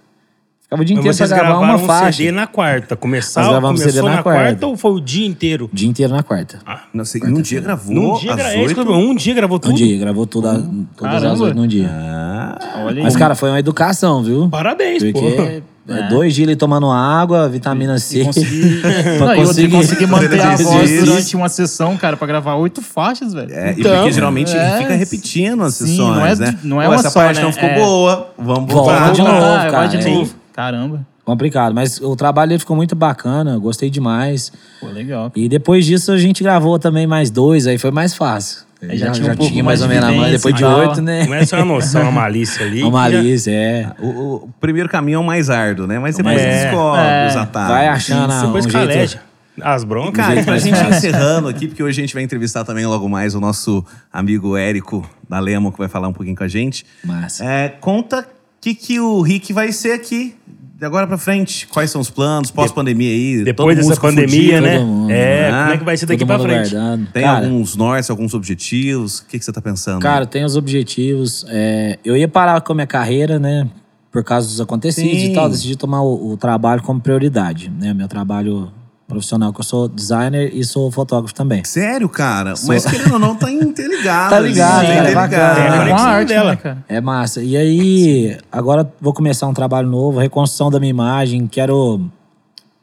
Ficava o dia Mas inteiro pra vocês gravar gravaram uma um faixa. CD na quarta. Começar, Nós gravamos começou CD na na, quarta. quarta. ou foi o dia inteiro? O dia inteiro na quarta. Nossa, e um dia gravou. Num dia, às gra... é isso que eu- oito. um dia gravou Um tudo? dia, gravou toda, todas as Caramba. oito num dia. Ah, Olha aí. Mas, cara, foi uma educação, viu? Parabéns, pô. Porque é dois dias ele tomando água, vitamina C. Consegui... Pra Não, e outra, conseguir- consegui manter a Fazer voz exercício. durante uma sessão, cara, pra gravar oito faixas, velho. É, e Então, porque geralmente é, fica repetindo as sim, sessões, não é- né? não é Pô, uma essa só, parte né? não ficou É. boa, Volta vamos voltar. Ah, de novo, Voltar, cara. Ah, Vai de hein? novo. Caramba. Complicado, mas o trabalho dele ficou muito bacana, gostei demais. Pô, legal. E depois disso a gente gravou também mais dois, aí foi mais fácil. Aí já tinha um pouco mais de a mão, vivência depois de e tal. oito, né? Começa uma noção, uma malícia ali. Uma que já- malícia, é. O, o- o primeiro caminho é o mais árduo, né? Mas depois mais- descobre é. os atalhos. Vai achando ah, Depois um jeito. um caleja. As broncas. né? Cara, e Um pra mais gente fácil. encerrando aqui, porque hoje a gente vai entrevistar também logo mais o nosso amigo Érico da Lemo, que vai falar um pouquinho com a gente. Massa. É, conta o que, que o Rick vai ser aqui de agora pra frente. Quais são os planos pós-pandemia aí? Depois Todo dessa músico pandemia, fudido. né? todo mundo, é, né? como é que vai ser daqui Todo pra mundo frente? guardando. Tem Cara, alguns nortes, alguns objetivos? O que, que você tá pensando? Cara, tem os objetivos. é, eu ia parar com a minha carreira, né? Por causa dos acontecidos Sim. e tal, decidi tomar o, o trabalho como prioridade, né? Meu trabalho profissional, que eu sou designer e sou fotógrafo também. Sério, cara? Mas querendo ou não, tá interligado. assim, Tá ligado, ali, cara, é interligado. bacana, É, né? É com a conexão arte dela. dela, cara. É massa. E aí, agora vou começar um trabalho novo, reconstrução da minha imagem. Quero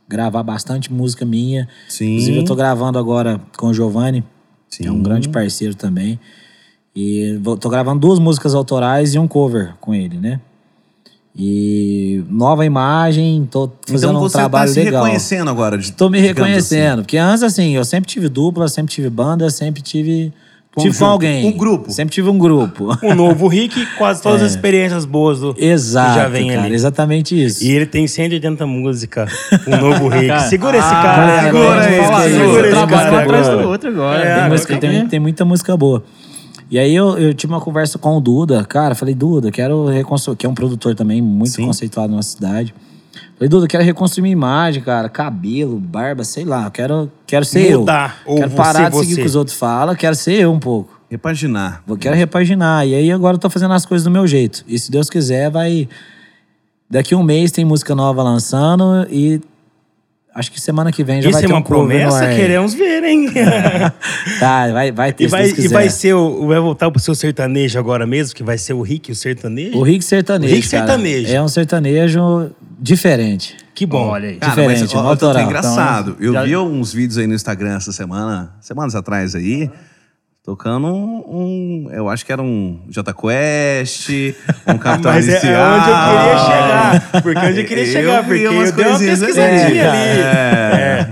gravar bastante música minha. Sim. Inclusive, eu tô gravando agora com o Giovanni, Sim. é um grande parceiro também. E vou, tô gravando duas músicas autorais e um cover com ele, né? E nova imagem, tô fazendo Então um você tá trabalho se legal. reconhecendo agora. de- Tô me digamos assim. reconhecendo, porque antes assim, eu sempre tive dupla, sempre tive banda, sempre tive tive Conjunto, com alguém. um grupo. Sempre tive um grupo. O novo Rick, quase todas as experiências boas do. Exato, Já vem cara, ali. exatamente isso. E ele tem 180 músicas. O novo Rick. Cara, Segura esse ah, cara. segura aí, aí, fala, segura segura aí, esse trabalha cara. um atrás agora. do outro agora. É, Tem, Ah, música- agora tem- tem- tem muita música boa. E aí eu, eu tive uma conversa com o Duda, cara, falei, Duda, quero reconstruir, que é um produtor também muito Sim. conceituado na nossa cidade. Falei, Duda, eu quero reconstruir minha imagem, cara. Cabelo, barba, sei lá. Eu quero, quero ser Mudar, eu. ou Quero você, parar de seguir o você. que os outros falam. Quero ser eu um pouco. Repaginar. Vou quero repaginar. E aí agora eu tô fazendo as coisas do meu jeito. E se Deus quiser, vai. Daqui um mês tem música nova lançando e. Acho que semana que vem já vai Isso é ter uma um cover no promessa, ar. queremos ver, hein? Tá, vai, vai ter, e, se vai, Deus e quiser. vai ser o. Vai voltar pro seu sertanejo agora mesmo, que vai ser o Rick, o sertanejo. O Rick Sertanejo, O Rick cara. Sertanejo. É um sertanejo diferente. Que bom. Olha aí. Cara, Diferente, mas é ó, uma tá- tá autoral. engraçado. Então, eu né? já- vi uns vídeos aí no Instagram essa semana, semanas atrás aí, tocando um, um- eu acho que era um J Quest, um Capitão Mas é, é onde eu Inicial. queria chegar. Porque onde eu queria chegar, vi porque eu umas dei uma coisinhas pesquisadinha ali. É.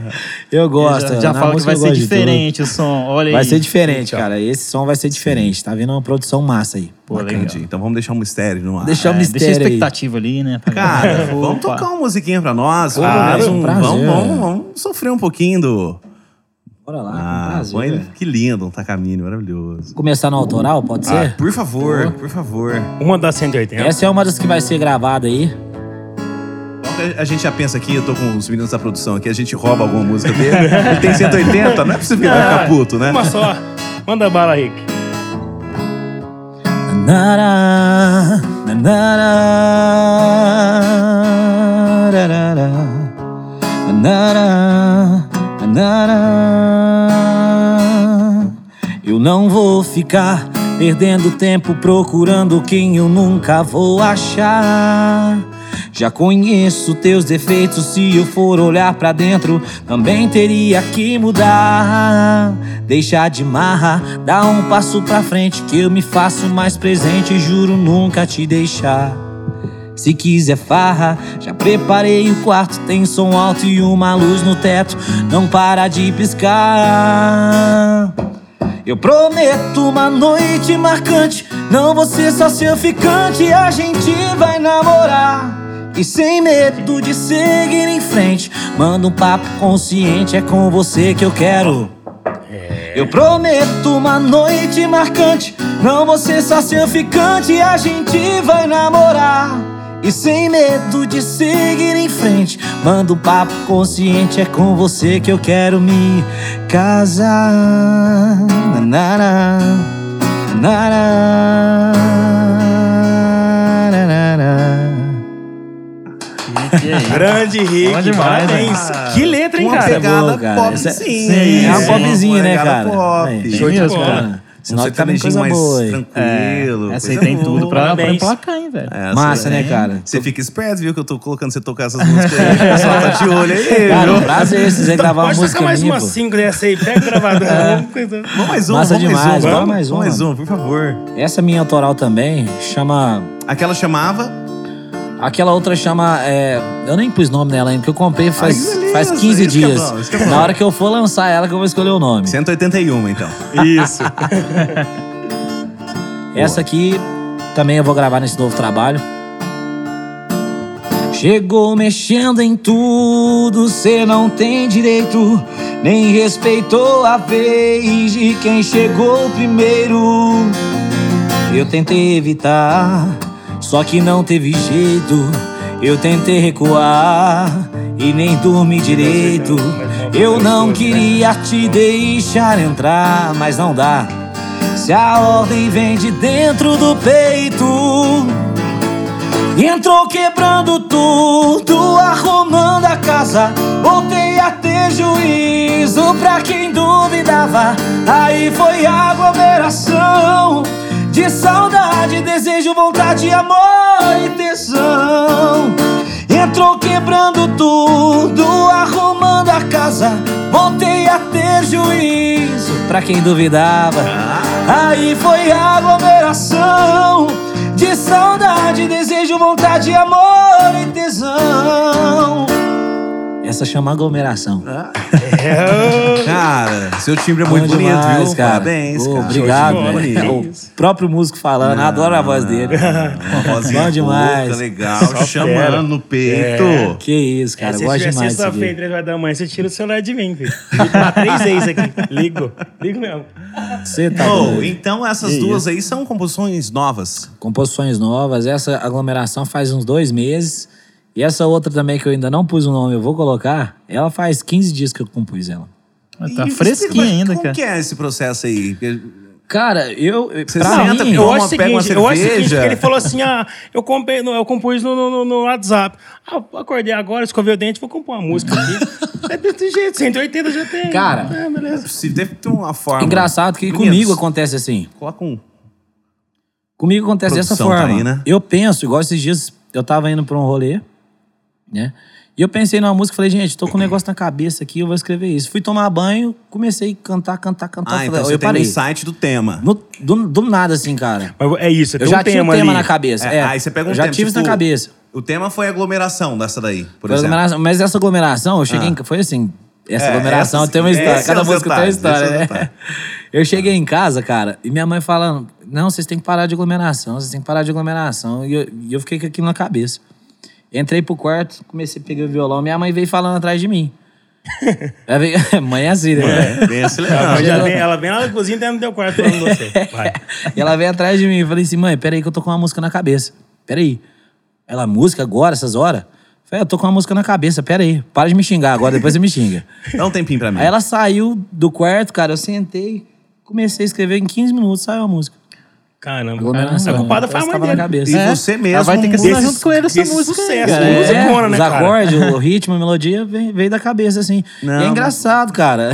Eu gosto. né? já já na falo que música vai eu ser gosto de tudo. né? diferente o som. Olha Vai aí. ser diferente, Então. cara. Esse som vai ser diferente. Tá vindo uma produção massa aí. Pô, legal. Entendi. Então vamos deixar um mistério no ar. Deixar É, o mistério deixa a aí. expectativa ali, né? pra Cara, galera. vamos Opa. tocar um uma musiquinha pra nós. Claro, um vamos, prazer. vamos, vamos, vamos sofrer um pouquinho do. Bora lá, com Ah, prazer. põe- é. velho. que lindo, um Takamine, maravilhoso. Ah, Começar no autoral, pode ser? Por favor, por favor. Uma das 180. Essa é uma das que vai ser gravada aí. Então, A gente já pensa aqui, eu tô com os meninos da produção aqui, a gente rouba alguma música dele. Ele tem 180, não é possível que ele vai ficar puto, né? Uma só. Manda bala, Rick. Nanara, nanara, rarara, nanara, nanara. Eu não vou ficar perdendo tempo procurando quem eu nunca vou achar. Já conheço teus defeitos, se eu for olhar pra dentro, também teria que mudar. Deixar de marra, dar um passo pra frente, que eu me faço mais presente, juro nunca te deixar. Se quiser farra, já preparei o quarto. Tem som alto e uma luz no teto, não para de piscar. Eu prometo uma noite marcante. Não vou ser só seu ficante, a gente vai namorar. E sem medo de seguir em frente, manda um papo consciente. É com você que eu quero. Eu prometo uma noite marcante. Não vou ser só seu ficante, a gente vai namorar. E sem medo de seguir em frente, manda um papo consciente. É com você que eu quero me casar. Nanará, nanará, nanará. E aí? Grande Rick. Bom demais, parabéns. né? que letra, hein, Uma cara? pega- pegada boa, é cara. popzinha. Essa- Sim, é uma Sim, popzinha, uma né, pegada cara? Pop. É, show de bola. cara. Sinal Você que tá tá vindo coisa mais boa aí. É. É, tranquilo. Essa aí coisa tem tudo boa. pra, pra parabéns. emplacar, hein, velho? É, Massa, você- né, cara? Você fica esperto, viu, que eu tô colocando você tocar essas músicas aí. O pessoal tá de olho aí, Cara, um viu? prazer se você Então, gravar uma pode música É. tocar mais minha, umas pô. 5 dessa aí. Pega o gravador. Vamos mais um, Massa vamos demais, mais um. vamos mais um, mais mano. um, por favor. Essa minha autoral também chama. Aquela chamava... Aquela outra chama. é, Eu nem pus nome nela ainda, que eu comprei que faz, beleza, faz 15 Ah, isso que é dias. bom, isso que é bom. Na hora que eu for lançar ela, que eu vou escolher o nome. 181, então. Isso. é Essa aqui também eu vou gravar nesse novo trabalho. Chegou mexendo em tudo, cê não tem direito, nem respeitou a vez de quem chegou primeiro. Eu tentei evitar, só que não teve jeito. Eu tentei recuar e nem dormi direito. Eu não queria te deixar entrar, mas não dá. Se a ordem vem de dentro do peito, Entrou quebrando tudo, arrumando a casa. Voltei a ter juízo pra quem duvidava. Aí foi aglomeração de saudade, desejo, vontade, amor e tesão. Entrou quebrando tudo, arrumando a casa. Voltei a ter juízo pra quem duvidava. Aí foi aglomeração. De saudade, desejo, vontade, amor e tesão. Essa chama aglomeração. Cara, seu timbre é Bom muito Ah, bonito, demais, viu? cara. Parabéns, Pô, cara. Obrigado, Show de bola. velho. Bonito. O próprio músico falando, adoro a voz dele. Uma vozinha Bom demais. É. pouca, legal, Só fera. chamando no peito. Que isso, cara. se Gosto tiver demais disso aqui. sexta-feira, 3 horas da manhã, você tira o celular de mim, filho. Ligo pra três vezes aqui. Ligo. Ligo mesmo. Você tá Oh, doido. então essas duas aí são composições novas. Composições novas. Essa aglomeração faz uns dois meses. E essa outra também que eu ainda não pus o nome, eu vou colocar, ela faz 15 dias que eu compus ela. Mas Tá E fresquinha mas ainda, como cara. que é esse processo aí? Cara, eu. Você pra senta, mim, Toma, Eu acho o pega uma seguinte, eu acho o seguinte, que cerveja. ele falou assim, ah, eu, compre, eu compus no, no- no- no WhatsApp. Ah, eu acordei agora, escovei o dente, vou compor uma música aqui. é desse jeito, 180 já tem. Cara. É, beleza. Se deve ter uma forma. engraçado que Meninos, comigo acontece assim. Coloca um. Comigo acontece dessa Produção tá forma. aí, né? Eu penso, igual esses dias, eu tava indo pra um rolê, né? E eu pensei numa música, falei, gente, tô com um negócio na cabeça aqui, eu vou escrever isso. Fui tomar banho, comecei a cantar, cantar, cantar. Ah, falei, então eu você tem um parei. insight do tema. No- do, do nada, assim, cara. Mas é isso, Eu tem já um tinha um tema tema ali. na cabeça. É, é. aí você pega um Eu já tema, tive isso na tipo, cabeção. O tema foi aglomeração dessa daí, por Foi exemplo. Ah. aglomeração, Mas essa aglomeração, eu cheguei em ca- Foi assim. Essa É, aglomeração essas- tem uma história. esses Cada são os música tem uma detalhes, esses são história, né? os detalhes. Eu Ah. cheguei em casa, cara, e minha mãe falando: Não, vocês têm que parar de aglomeração, vocês têm que parar de aglomeração. E eu, e eu fiquei com aquilo na cabeça. Entrei pro quarto, comecei a pegar o violão, minha mãe veio falando atrás de mim. Ela veio- mãe é assim, né? É, bem acelerado. Ela, já vem, ela vem lá na cozinha e tá no teu quarto falando com você. Vai. E ela veio atrás de mim. Eu falei assim, mãe, peraí que eu tô com uma música na cabeça. Peraí. Ela, música agora, essas horas? Eu falei, "É, eu tô com uma música na cabeça, peraí. Para de me xingar agora, depois você me xinga. Dá um tempinho pra mim. Aí ela saiu do quarto, cara, eu sentei, comecei a escrever, em 15 minutos saiu a música. Caramba, cara, essa culpada foi a mãe Tava na dele. E cabeça. É. você Ela mesmo. vai ter que assinar desses- junto com ele essa desses música. aí, sucessos, cara. né? É. musicona, os cara? acordes, o ritmo, a melodia veio, veio da cabeça, assim. Não, e é mas- engraçado, cara.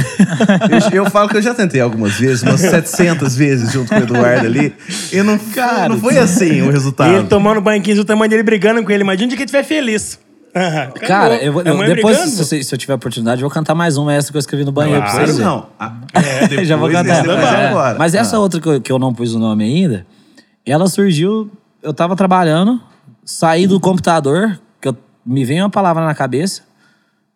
Eu, eu falo que eu já tentei algumas vezes, umas 700 vezes junto com o Eduardo ali. E não, Cara, não foi E tá. assim o ele resultado. tomando banho 15 do tamanho dele, brigando com ele. Imagina de que ele estiver feliz. Ah, acabou. cara, eu, vou- A mãe depois, brigando? se, se eu tiver oportunidade, eu vou cantar mais uma, essa que eu escrevi no banheiro pra Claro vocês. verem. não. Ah, depois Já vou cantar. desse, Mas, mas é, agora. Ah. mas essa outra que eu, que eu não pus o nome ainda, ela surgiu. Eu tava trabalhando, saí do computador, que eu, me veio uma palavra na cabeça.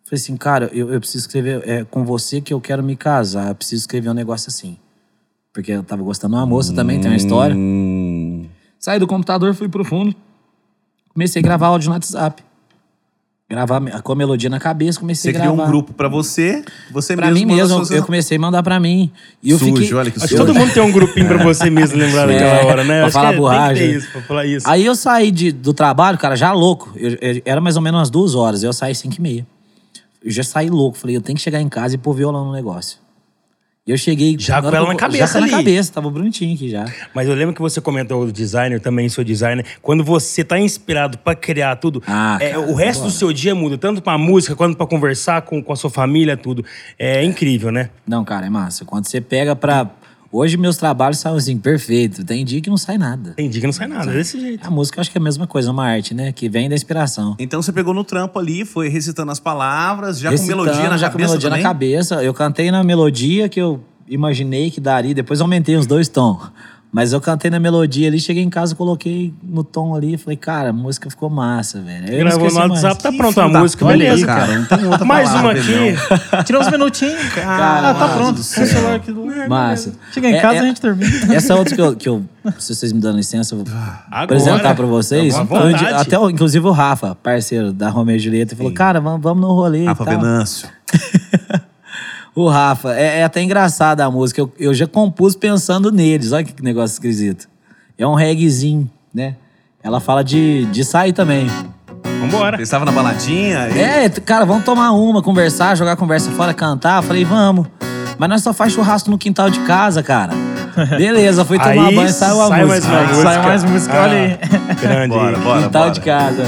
Falei assim, cara, eu, eu preciso escrever é, com você que eu quero me casar. Eu preciso escrever um negócio assim. Porque eu tava gostando de uma moça também, tem uma história. Hum, Saí do computador, fui pro fundo, comecei a gravar áudio no WhatsApp. Gravar me- com a melodia na cabeça, comecei você a gravar. criou um grupo pra você, você Pra mesmo. mim mandou mesmo, suas- eu comecei a mandar pra mim. E eu Sujo, fiquei... olha que Acho que sujo. todo mundo tem um grupinho pra você mesmo lembrar daquela É, hora, né? pra Acho falar Ah. que é- Tem que borracha. ter isso, pra falar isso. Aí eu saí de- do trabalho, cara, já louco. Eu- eu- era mais ou menos umas duas horas, eu saí cinco e meia. Eu já saí louco, falei, eu tenho que chegar em casa e pôr violão no negócio. E eu cheguei... Já com hora ela que eu- na cabeça Já com ela na ali. cabeça, tava bonitinho aqui já. Mas eu lembro que você comentou do designer, também sou designer. Quando você tá inspirado pra criar tudo, Ah, é, cara, o resto do seu dia muda, tanto pra música quanto pra conversar com, com a sua família, tudo. É incrível, né? Não, cara, é massa. Quando você pega pra... Hoje meus trabalhos saem assim, perfeito. Tem dia que não sai nada. Tem dia que não sai nada, é desse jeito. A música eu acho que é a mesma coisa, é uma arte, né? Que vem da inspiração. Então você pegou no trampo ali, foi recitando as palavras, já Recitando, com melodia na já cabeça com melodia também? na cabeça. Eu cantei na melodia que eu imaginei que daria, depois aumentei uns dois tons. Mas eu cantei na melodia ali, cheguei em casa, coloquei no tom ali e falei, cara, a música ficou massa, velho. Eu não Gravou esqueci no mais. WhatsApp, tá pronta a filho da música, puta, beleza. cara, não tem outra Mais uma palavra, aqui. Tira uns minutinhos. Cara, ah, tá mano pronto. do Sem céu. celular aqui do... Massa. né, Chega em É, casa e é- a gente termina. Essa outra que eu, que eu- se vocês me dão licença, eu vou Ah, Agora. apresentar pra vocês. Tá bom, Foi um vontade. dia- até, o- inclusive, o Rafa, parceiro da Romeo e Julieta, falou, cara, vamos, vamos no rolê Rafa e tal. Venâncio. O Rafa, é, é até engraçada a música. Eu, eu já compus pensando neles. Olha que negócio esquisito. É um reggaezinho, né? Ela fala de, de sair também. Vambora. Ele estava na baladinha e É, t- cara, vamos tomar uma, conversar, jogar a conversa fora, cantar. Falei, vamos. Mas nós só faz churrasco no quintal de casa, cara. Beleza, fui tomar Aí banho, saiu a sai mais música. uma música. Ah, Sai mais música, olha aí. Grande. bora, bora, quintal bora. de casa.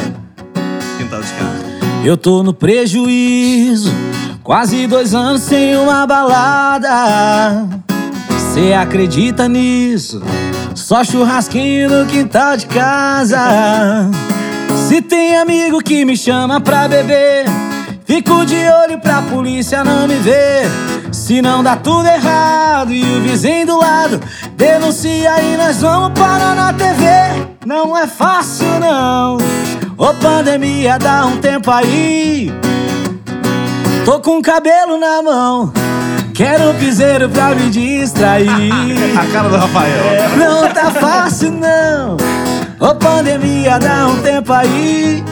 Quintal de casa. Eu tô no prejuízo, quase dois anos sem uma balada. Cê acredita nisso? Só churrasquinho no quintal de casa. Se tem amigo que me chama pra beber, fico de olho pra polícia não me ver. Se não dá tudo errado e o vizinho do lado denuncia e nós vamos parar na TV. Não é fácil não. Ô pandemia, dá um tempo aí. Tô com o cabelo na mão. Quero um piseiro pra me distrair. A cara do Rafael. Não tá fácil, não. Ô pandemia, dá um tempo aí.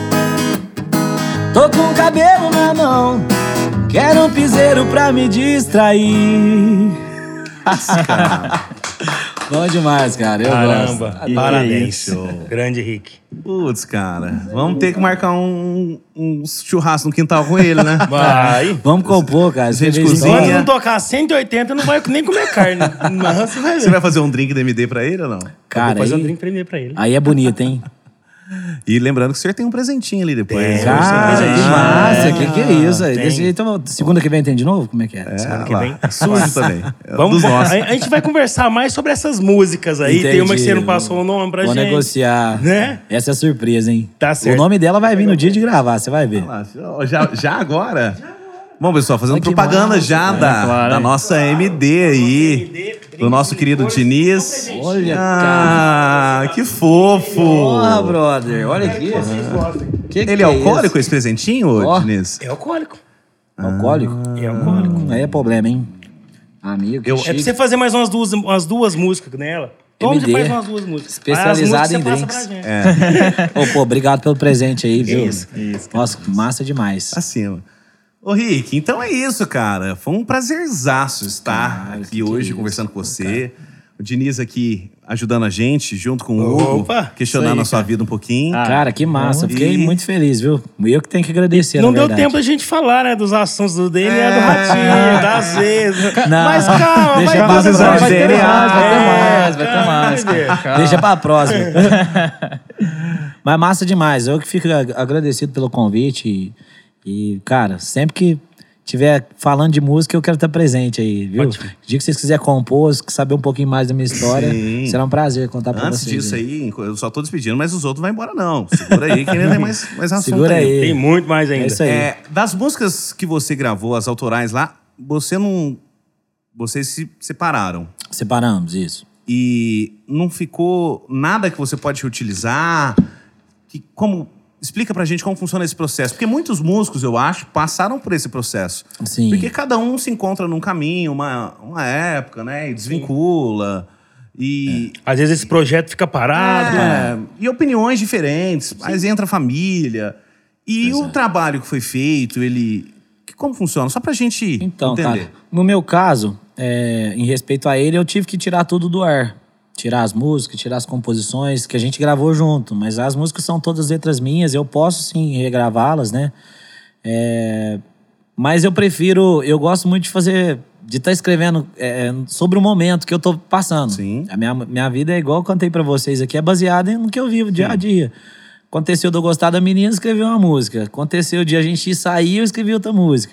Tô com o cabelo na mão. Quero um piseiro pra me distrair. Bom demais, cara. Eu Caramba, gosto. parabéns. isso. Grande Rick. Putz, cara. Vamos ter que marcar um, um churrasco no quintal com ele, né? Vai. Vamos compor, cara. Gente, Cerveja cozinha. Quando isolada. não tocar 180, não vai nem comer carne. Mas você vai Você ver. vai fazer um drink da MD pra ele ou não? Vou Cara, fazer um aí, drink primeiro pra ele. aí é bonito, hein? E lembrando que o senhor tem um presentinho ali depois. Tem. né? coisa Cara, É, aí. Ah, que massa. Que que é isso aí? Tem. Deixa- Então, segunda que vem tem de novo? Como é que é? Ah, que lá. vem. É Sujo também. É Vamos, dos vamos- nossos. a, a gente vai conversar mais sobre essas músicas aí. Tem uma que você não passou o nome pra Vou gente. negociar. Né? Essa é a surpresa, hein? Tá certo. O nome dela vai vir no dia de gravar, você vai ver. Lá, Já, já agora? Bom, pessoal, fazendo Olha que propaganda massa, já da, claro, da hein? nossa MD aí. Do nosso querido Diniz. Olha, cara. Ah, que fofo! Porra, brother. Olha aqui. Que que Ele é isso? alcoólico esse presentinho, Ó. Diniz? É alcoólico. Alcoólico? É alcoólico. Hum, aí é problema, hein? Amigo, que Eu- é É pra você fazer mais umas duas, umas duas músicas nela. Toma, você MD, faz umas duas músicas. especializado Aí as músicas você passa em drinks. É, pra gente. Ô, pô, obrigado pelo presente aí, viu? Isso, isso, Nossa, massa demais. Acima. Ô, Rick, então é isso, cara. Foi um prazerzaço estar Caralho, aqui que hoje isso, conversando com você. O Diniz aqui ajudando a gente, junto com o Hugo, Opa, questionando isso aí, a sua vida um pouquinho. Cara, que massa. bom. Fiquei E- muito feliz, viu? Eu que tenho que agradecer, Não na deu verdade. tempo da gente falar, né? Dos assuntos do dele e é do ratinho, das vezes. Não. Mas calma, Deixa vai pra ter vocês mais, verem. Vai ter mais, É, vai ter mais, vai ter calma, mais. Calma. Deixa Ah. pra próxima. Mas massa demais. Eu que fico ag- agradecido pelo convite. E, e, cara, sempre que tiver falando de música, eu quero estar presente aí, viu? O dia que vocês quiserem compor, se saber um pouquinho mais da minha história, Sim. será um prazer contar pra Antes vocês. disso aí, eu só tô despedindo, mas os outros não vão embora, não. Segura aí, que ainda tem mais, mais assunto Segura aí. Tem muito mais É ainda. isso aí. É, das músicas que você gravou, as autorais lá, você não. Vocês se separaram. Separamos isso. E não ficou nada que você pode utilizar. Que, como. Explica pra gente como funciona esse processo. Porque muitos músicos, eu acho, passaram por esse processo. Sim. Porque cada um se encontra num caminho, uma, uma época, né? E desvincula. É. E, Às vezes esse projeto fica parado. é, e opiniões diferentes, mas entra a família. E é. o trabalho que foi feito, ele. que- Como funciona? Só pra gente Então, entender. cara, no meu caso, é, em respeito a ele, eu tive que tirar tudo do ar. Tirar as músicas, tirar as composições, que a gente gravou junto. Mas as músicas são todas letras minhas, eu posso sim regravá-las, né? É, mas eu prefiro, eu gosto muito de fazer, de estar escrevendo é, sobre o momento que eu tô passando. Sim. A minha, minha vida é igual eu contei pra vocês aqui, é baseada no que eu vivo dia a dia. Aconteceu de eu gostar da menina, eu escrevi uma música. Aconteceu de a gente sair, eu escrevi outra música.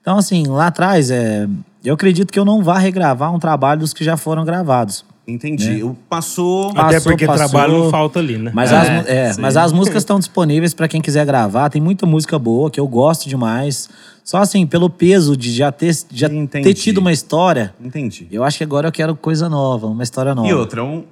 Então, assim, lá atrás, é, eu acredito que eu não vá regravar um trabalho dos que já foram gravados. Entendi. né? Eu passou. Até Passou, porque passou. trabalho não falta ali, né? Mas, É. as, mu- é, mas as músicas estão disponíveis pra quem quiser gravar. Tem muita música boa que eu gosto demais. Só assim, pelo peso de já ter, já Entendi. ter tido uma história, Entendi. eu acho que agora eu quero coisa nova, uma história nova. E outra, é um,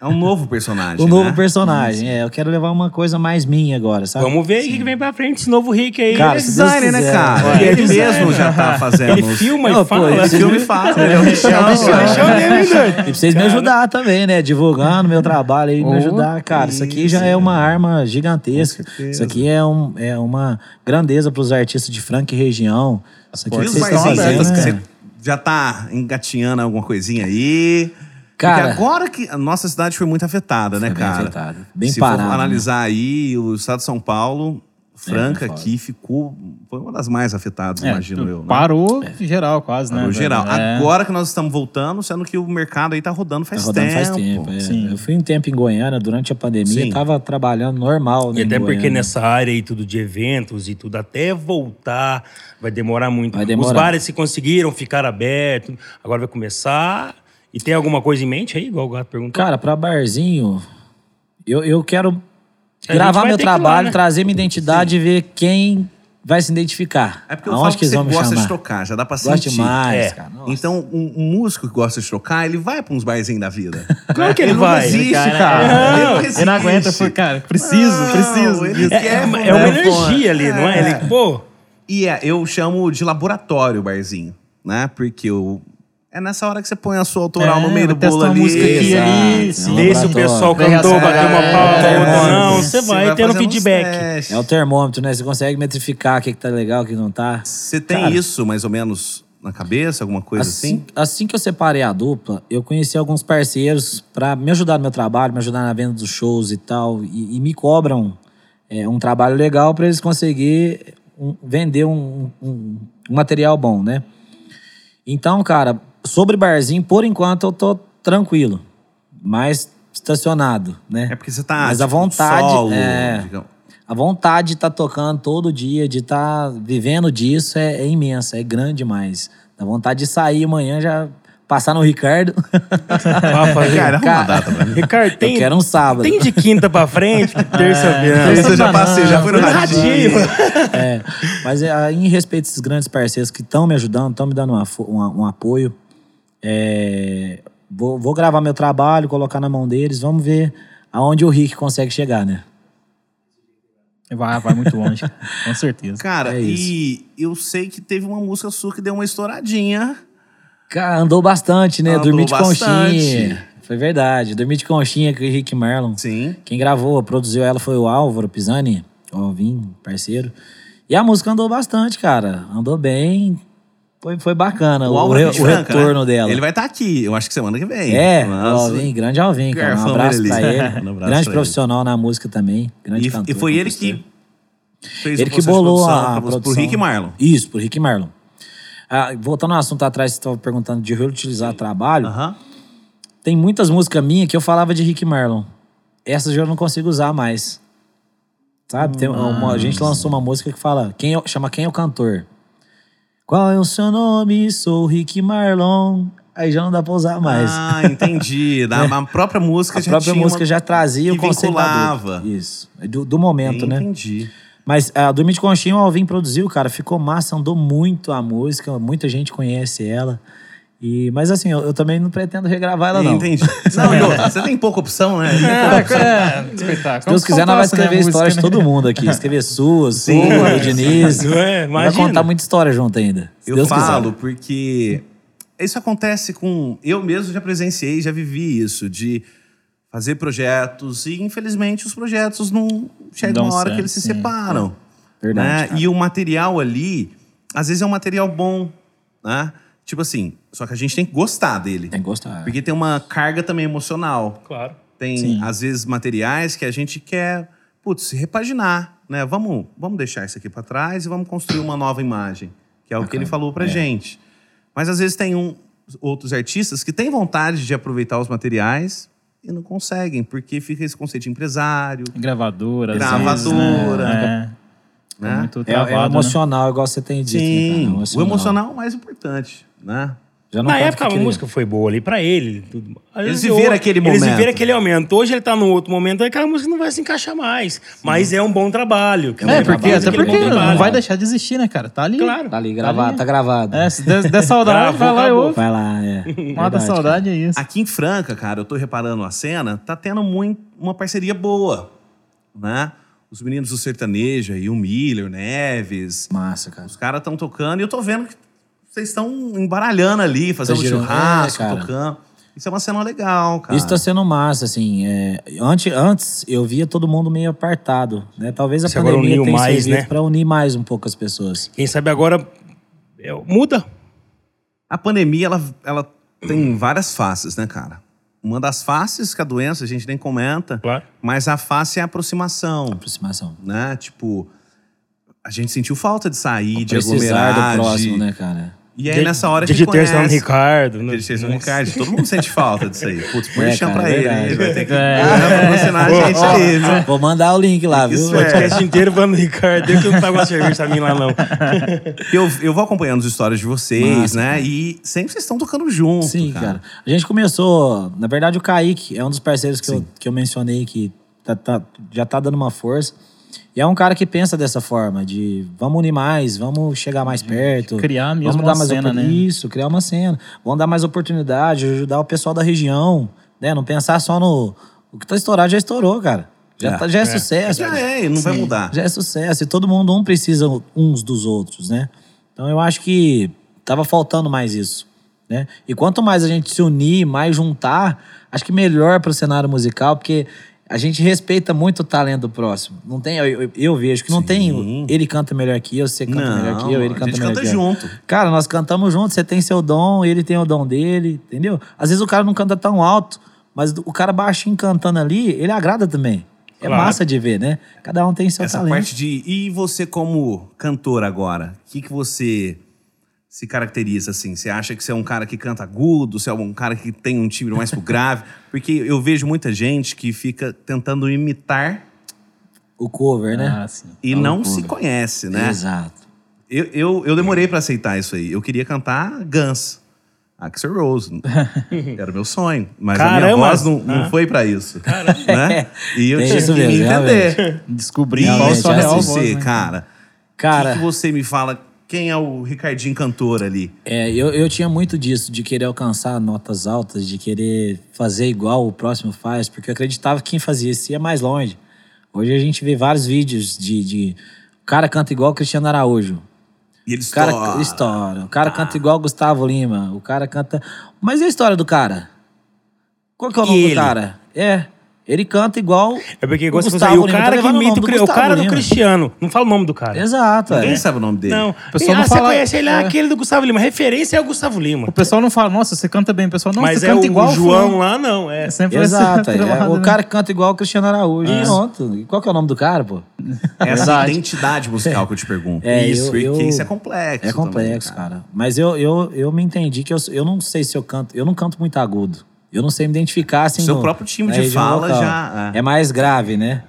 é um novo personagem. Um novo né? personagem. É, eu quero levar uma coisa mais minha agora, sabe? Vamos ver o que que vem pra frente, esse novo Rick aí. tá. Cara, Ele é se Deus designer, né, quiser. cara? Ué, ele ele é mesmo já tá fazendo. ele os- filma e Não, pô, fala. ele né? se- Filme fala, ele é o Michel. Deixa eu- deixa eu ué. ler, hein, doido? E pra vocês me ajudar também, né? Divulgando meu trabalho aí, me ajudar, cara. Isso aqui já é uma arma gigantesca. Isso aqui é, um, é uma grandeza pros artistas de Franca e região. Isso aqui é E que os vocês mais estão fazendo, né? inventas que cara. você já tá engatinhando alguma coisinha aí. Cara- Porque agora que a nossa cidade foi muito afetada, né, Tá bem cara? afetada, bem Se parada, for né? analisar aí o estado de São Paulo, Franca foi foda. aqui ficou foi uma das mais afetadas, É, imagino eu. Né? Parou em geral, quase, né? no velho? geral. É. Agora que nós estamos voltando, sendo que o mercado aí tá rodando Tá faz rodando tempo. faz tempo. é. Sim. Eu fui um tempo em Goiânia durante a pandemia, Sim. tava trabalhando normal. né, E em até porque Goiânia. nessa área aí, tudo de eventos e tudo, até voltar, vai demorar muito. Vai demorar. Os bares se conseguiram ficar abertos, agora vai começar. E tem alguma coisa em mente aí, igual o gato perguntou? Cara, pra barzinho, eu, eu quero A gente gravar vai meu ter que ir lá, trabalho, né? trazer minha identidade e ver quem vai se identificar. É porque eu Aonde falo que eles você vão me gosta de chamar. tocar, já dá pra Gosto sentir. demais, É. cara. Nossa. Então, um, um músico que gosta de trocar, ele vai pra uns barzinhos da vida. Claro que ele vai. Não resiste, Cara, cara. é. Ele não resiste. Ele não aguenta, foi, cara, preciso, Não, preciso. ele disso. É, é, quer, é uma né, energia pô? ali, não é? É. Ele, um pô, E é, eu chamo de laboratório o barzinho, né? Porque o é nessa hora que você põe a sua autoral É, no meio do vai testar bolo uma ali. música aqui e exato. ali, Exato, é um sim. vê se o laboratório. pessoal Vem cantou, as- bateu uma é, pauta, é, outro não. é, Você vai tendo fazendo uns feedback. testes. É o termômetro, né? Você consegue metrificar o que, que tá legal, o que não tá. Você tem Cara. isso mais ou menos na cabeça, alguma coisa assim? assim que eu separei a dupla, eu conheci alguns parceiros pra me ajudar no meu trabalho, me ajudar na venda dos shows e tal. E, e me cobram é, um trabalho legal pra eles conseguirem um- vender um, um- um material bom, né? Então, cara, sobre barzinho, por enquanto eu tô tranquilo, mas estacionado, né? É porque você tá. Mas a tipo, vontade, Solo, é. digamos. A vontade de estar tocando todo dia, de estar vivendo disso é, é imensa, é grande demais. A vontade de sair amanhã já passar no Ricardo. Cara, é um arruma uma Cara, data pra mim. Ricardo, tem, Eu quero um sábado. tem de quinta pra frente, que terça-feira. É. Você já passei, já foi no Foi no radinho. radinho. É, mas é, em respeito a esses grandes parceiros que estão me ajudando, estão me dando uma fo- uma- um apoio, é, vou, vou gravar meu trabalho, colocar na mão deles, vamos ver aonde o Rick consegue chegar, né? Vai, vai muito longe, com certeza. Cara, É e eu sei que teve uma música sua que deu uma estouradinha. Cara, andou bastante, né? Andou Dormir de bastante. conchinha. Foi verdade. Dormir de conchinha com o Rick Marlon. Sim. Quem gravou, produziu ela foi o Álvaro Pisani, o Alvin, parceiro. E a música andou bastante, cara. Andou bem. Foi, foi bacana o, Álvaro re- é de o Franca, retorno né? dela. Ele vai estar aqui, eu acho que semana que vem. É, o Nossa. Alvin, grande Alvin, cara. Um Garfão abraço dele. pra ele. Um abraço pra grande ele. profissional na música também. Grande E, cantor, e foi ele compositor. que fez Ele o que processo de bolou produção a pra você- produção. Pro Rick e Marlon. Isso, pro Rick Marlon. Ah, voltando ao assunto atrás, você estava perguntando de reutilizar trabalho. Aham. Tem muitas músicas minhas que eu falava de Rick Marlon. Essas eu não consigo usar mais. Sabe? Tem uma, a gente lançou uma música que fala quem é, o- chama Quem é o Cantor. Qual é o seu nome? Sou Rick Marlon. Aí já não dá pra usar mais. Ah, entendi. Da, A própria música a já própria tinha música uma... já trazia que o conceito da dupla. vinculava. Isso. É Do, do momento, né? Entendi. Mas a Dormir de Conchinha o Alvin produziu, cara. Ficou massa, andou muito a música. Muita gente conhece ela. E, mas assim, eu, eu também não pretendo regravar ela, não. Entendi. Não, e outra, você tem pouca opção, né? É, espetáculo. Se Deus quiser, nós vai né, escrever história de todo mundo aqui. Escrever suas, sua, do Diniz. Não é? Vai Imagina. contar muita história junto ainda. Se Eu Deus falo né, quiser. porque isso acontece com. Eu mesmo já presenciei, já vivi isso, de fazer projetos e, infelizmente, os projetos não chegam Dão uma hora certo, que eles se sim. separam. É Verdade, né? E o material ali, às vezes é um material bom, né? Tipo assim, só que a gente tem que gostar dele. Tem que gostar. Porque tem uma carga também emocional. Claro. Tem, às vezes, materiais que a gente quer, putz, repaginar, né? Vamos, vamos deixar isso aqui para trás e vamos construir uma nova imagem, que é o que ele falou pra gente. Mas, às vezes, tem um, outros artistas que têm vontade de aproveitar os materiais e não conseguem, porque fica esse conceito de empresário, Gravadora, às Gravadora. Vezes, né? É, é né? muito É, é travado, emocional, igual você tem dito. né, cara? Sim, o emocional é o mais importante, né? Já não Na conta época que a queria. música foi boa ali pra ele. tudo. Às Eles vezes eu- viveram aquele Eles momento. viveram aquele momento. Hoje ele tá num outro momento, aí aquela música não vai se encaixar mais. Mas é um bom trabalho. É É, um bom porque, trabalho, até aquele porque bom não trabalho. vai deixar de existir, né, cara? Tá ali. Claro. Tá ali gravado, tá gravado. É, se der, der saudade, Gravou, vai lá e acabou. ouve. Vai lá, é. Mata a Verdade, saudade, é isso. Aqui em Franca, cara, eu tô reparando a cena, tá tendo muito, uma parceria boa, né? Os meninos do sertanejo aí, o Miller, o Neves, cara. Massa, cara. os caras estão tocando e eu tô vendo que vocês estão embaralhando ali, fazendo Tá girando. churrasco, É, cara. tocando. Isso é uma cena legal, cara. Isso tá sendo massa, assim. é, antes, antes eu via todo mundo meio apartado, né? Talvez a Isso agora pandemia uniu tenha mais, servido né? pra unir mais um pouco as pessoas. Quem sabe agora é, muda. A pandemia, ela, ela tem várias faces, né, cara? Uma das faces que a doença, a gente nem comenta, Claro. mas a face é a aproximação. Aproximação. né? Tipo, a gente sentiu falta de sair, de Precisar aglomerar. do próximo, de... né, cara? E aí, nessa hora, dia que de é um terça no conhece. Ricardo. né? Dia de terça no Ricardo. Todo mundo sente falta disso aí. Putz, põe É, chão cara, pra é ele, verdade. né? Ele vai ter que É. patrocinar a gente aí, né? Vou mandar o link lá, viu? Isso é O podcast inteiro falando Ricardo. Eu que não pago a cerveja pra mim lá, não. Eu, eu vou acompanhando as histórias de vocês, né? E sempre vocês estão tocando junto, Sim, cara. cara. A gente começou, na verdade, o Kaique é um dos parceiros que, eu, que eu mencionei que tá- tá- já tá dando uma força. E é um cara que pensa dessa forma, de vamos unir mais, vamos chegar mais perto. Uhum. criar mesmo vamos uma mais cena, opor- né? Isso, criar uma cena. Vamos dar mais oportunidade, ajudar o pessoal da região, né? Não pensar só no... O que tá estourado já estourou, cara. Já É. tá- já é, sucesso. Já é, não vai mudar. Já é sucesso. E todo mundo, um precisa uns dos outros, né? Então eu acho que tava faltando mais isso. Né? E quanto mais a gente se unir, mais juntar, acho que melhor para o cenário musical, porque A gente respeita muito o talento do próximo. Não tem, eu, eu- eu vejo que não Sim. tem. Ele canta melhor que eu, você canta Não, melhor que eu, ele a canta gente melhor canta que eu. junto. Cara, nós cantamos juntos. Você tem seu dom, ele tem o dom dele, entendeu? Às vezes o cara não canta tão alto, mas o cara baixinho cantando ali, ele agrada também. É Claro. massa de ver, né? Cada um tem seu Essa talento. parte de. E você, como cantor agora, o que, que você se caracteriza assim? Você acha que você é um cara que canta agudo? Você é um cara que tem um timbre mais pro grave? Porque eu vejo muita gente que fica tentando imitar O cover, né? Ah, sim. e não se conhece, né? Exato. Eu, eu, eu demorei pra aceitar isso aí. Eu queria cantar Guns, Axel Rose. Era meu sonho. Mas a minha Caramba! voz não, não Ah. foi pra isso. Né? E eu Tem tive isso que me mesmo, entender. Descobri E Realmente, qual só qual a sua é real assim. voz, você, né? cara? Cara. O que, que você me fala? Quem é o Ricardinho cantor ali? É, eu, eu tinha muito disso, de querer alcançar notas altas, de querer fazer igual o próximo faz, porque eu acreditava que quem fazia isso ia mais longe. Hoje a gente vê vários vídeos de. de o cara canta igual o Cristiano Araújo. E ele O cara estoura. estoura. O cara canta igual o Gustavo Lima. O cara canta. Mas e a história do cara? Qual que é o E nome ele? do cara? É. Ele canta igual. É porque o igual você falou, Gustavo aí, o Lima. Tá cara que levando o imita nome o, do cri- o Gustavo cara do Lima. Cristiano. Não fala o nome do cara. Exato. Quem É. sabe o nome dele? Não. pessoal ah, não você fala- conhece ele lá, É. aquele do Gustavo Lima. Referência é o Gustavo Lima. O pessoal não fala, nossa, você canta bem. O pessoal, não, Mas você é canta o igual. João fulano." lá, não. É. sempre Exato. é. atrelado, O né? cara que canta igual o Cristiano Araújo. Pronto. E qual que é o nome do cara, pô? É Essa Verdade. identidade musical que eu te pergunto. É, isso, eu- porque eu- isso é complexo. É complexo, também, cara. Mas eu, eu, eu me entendi que eu, eu não sei se eu canto. Eu não canto muito agudo. Eu não sei me identificar assim. Seu no- próprio time na de região fala vocal. já, é. É. mais grave, né?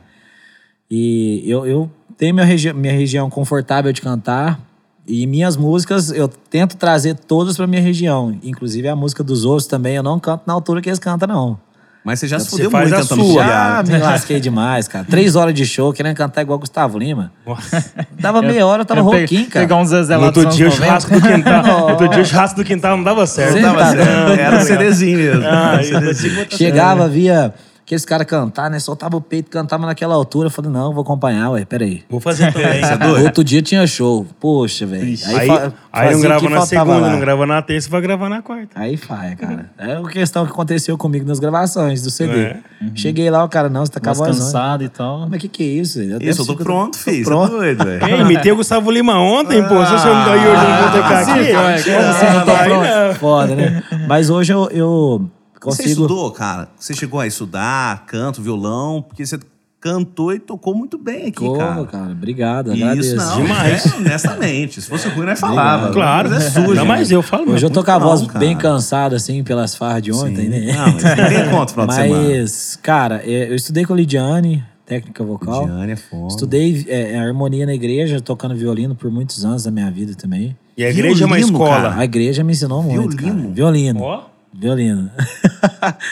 E eu, eu tenho minha, regi minha região confortável de cantar. E minhas músicas, eu tento trazer todas pra minha região. Inclusive a música dos outros também. Eu não canto na altura que eles cantam, não. Mas você já se Você fudeu faz a muito cantando sua. piada. Já me lasquei demais, cara. Três horas de show, querendo cantar igual Gustavo Lima. Nossa. Dava meia hora, eu tava Eu pe- rouquinho, cara. Pegar um Zezé No lá outro dos dia o anos 90. churrasco do quintal. outro dia o churrasco do quintal não dava certo. Você Não tá tava certo. dando. Era o CDzinho mesmo. Ah, Era o isso é CDzinho. segunda- Chegava, via aqueles caras cantar, né? Soltava o peito, cantava naquela altura. Eu falei, não, vou acompanhar, ué, peraí. Vou fazer também. Isso é doido. Outro dia tinha show. Poxa, velho. Aí, fa- aí fazia não o grava que na faltava segunda, lá. não grava na terça, vai gravar na quarta. Aí faz, cara. É uma questão que aconteceu comigo nas gravações do CD. É. Uhum. Cheguei lá, o cara, não, você tá Mais acabando. cansado e tal. Mas que que é isso? velho? Isso, eu tenho tô pronto, filho. tá Você é pronto. doido, velho. Ei, imitei o Gustavo Lima ontem, pô. Se você não tá aí hoje, eu não vou tocar sim, aqui. cara, que Ah, Você não tá aí pronto? não. Foda, né? Mas hoje eu, eu Você consigo... estudou, cara? Você chegou a estudar canto, violão? Porque você cantou e tocou muito bem aqui, Pô, cara. cara. obrigado. E agradeço. Isso não, Demais. É, honestamente. Se fosse ruim, nós falava. Claro, Mas é sujo. Não, mas eu falo Hoje eu mesmo. tô com a Não, voz cara. bem cansada, assim, pelas farras de ontem, né? Não, mas ninguém conta o final de semana. Mas, cara, é, eu estudei com a Lidiane, técnica vocal. Diane é foda. Estudei é, harmonia na igreja, tocando violino por muitos anos da minha vida também. E a igreja é uma Violino, escola. A igreja me ensinou muito. Tá. cara. Violino? Violino. Ó. Violino.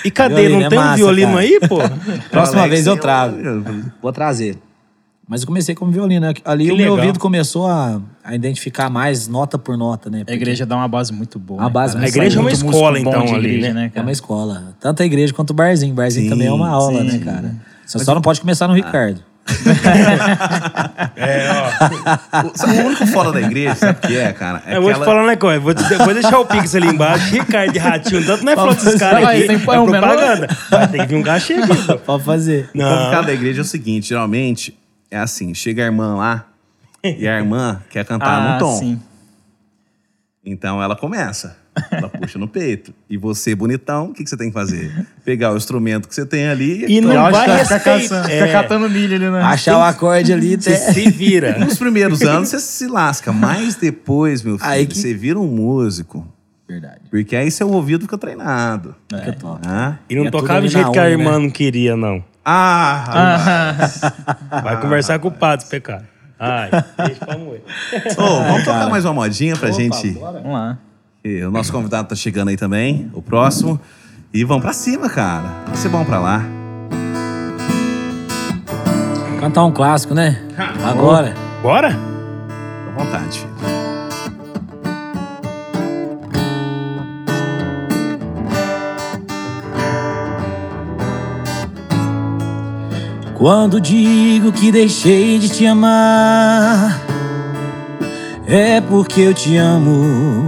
E cadê? Violino não é tem um massa, violino cara. aí, pô? Próxima Alex, vez eu eu- trago. Vou trazer. Mas eu comecei como violino. Ali Que o legal. meu ouvido começou a, a identificar mais nota por nota, né? A Porque igreja dá uma base muito boa. A né, base cara? muito A igreja é uma Muito escola, músico bom então, de ali, igreja, né? né, É cara? uma escola. Tanto a igreja quanto o barzinho. O barzinho Sim, Ah. também é uma aula, sim. né, cara? Você só não pode começar no Ricardo. É, ó. O- Sabe o único fora da igreja, sabe o que é, cara? É eu vou te aquela- falar, né, Coy? Vou, te- vou deixar o Pix ali embaixo. Ricardo e Ratinho, tanto não é flota desses caras Vai, aqui. É tem um pão, menor? propaganda. Vai ter que vir um cachê aqui, pô. Pode fazer. O Não. complicado da igreja é o seguinte, geralmente é assim, chega a irmã lá e a irmã quer tá, cantar num Ah, tom. sim. Então ela começa, ela puxa no peito. E você, bonitão, o que, que você tem que fazer? Pegar o instrumento que você tem ali E não Eu acho vai que fica respeitar. caçando- É. Fica catando milho ali, né? Achar o acorde ali. Você Até... se vira. Nos primeiros anos você se lasca, mas depois, meu filho, Aí que- você vira um músico. Verdade. Porque aí seu ouvido fica treinado. Que top. né? E não É tudo tocava do ali jeito na que a unha, irmã não queria, não. Ah, Ah, Vai conversar com o padre, pecado. Ai, deixa pra moer. ô, vamos tocar mais uma modinha pra gente. vamos lá. E o nosso convidado tá chegando aí também, o próximo. E vamos pra cima, cara. Vai ser bom pra lá. Cantar um clássico, né? Agora. Bora? Fica à vontade. filho. Quando digo que deixei de te amar, é porque eu te amo.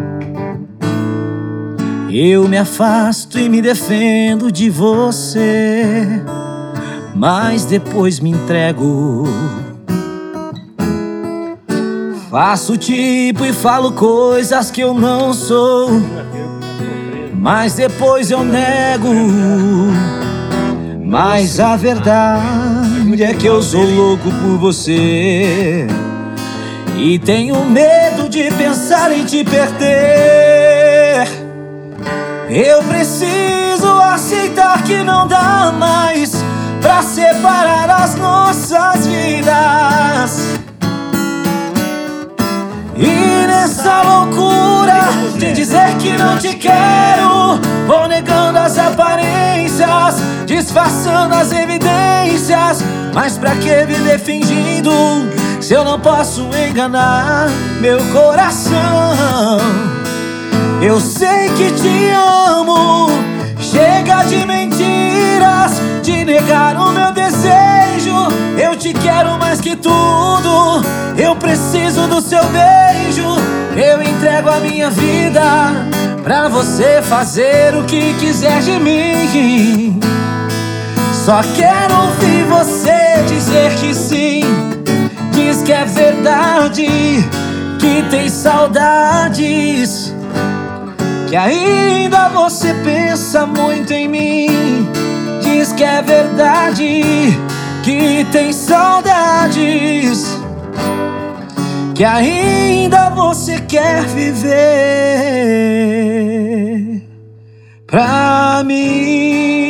Eu me afasto e me defendo de você, mas depois me entrego. Faço tipo e falo coisas que eu não sou, mas depois eu nego. Mas a verdade é que eu sou louco por você. E tenho medo de pensar em te perder. Eu preciso aceitar que não dá mais pra separar as nossas vidas. E nessa loucura de dizer que não te quero, vou negando as aparências, disfarçando as evidências. Mas pra que viver fingindo se eu não posso enganar meu coração? Eu sei que te amo, chega de mentiras, de negar o meu desejo. Eu te quero mais que tudo, eu preciso do seu beijo. Eu entrego a minha vida pra você fazer o que quiser de mim. Só quero ouvir você dizer que sim. Diz que é verdade, que tem saudades. Que ainda você pensa muito em mim. Diz que é verdade, que tem saudades. Que ainda você quer viver pra mim.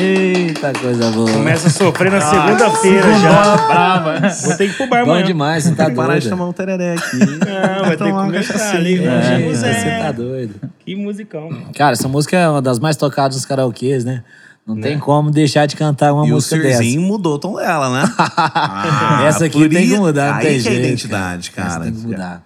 Eita coisa boa. Começa a sofrer Ah, na segunda-feira já. Vou ter que ir pro bar Bom amanhã. demais, você tá Parar de doido. tomar um tereré aqui. Não, vai ter que Tomar uma começar cachaçinha. ali. É, Vamos, você é. tá doido. Que musicão. Cara, essa música é uma das mais tocadas nos karaokês, né? Não tem como deixar de cantar uma E o música Sirzinho mudou o tom dela, né? Ah, Essa aqui por tem que i- mudar, não Aí tem que é jeito, identidade, dessa. cara. Essa tem que mudar.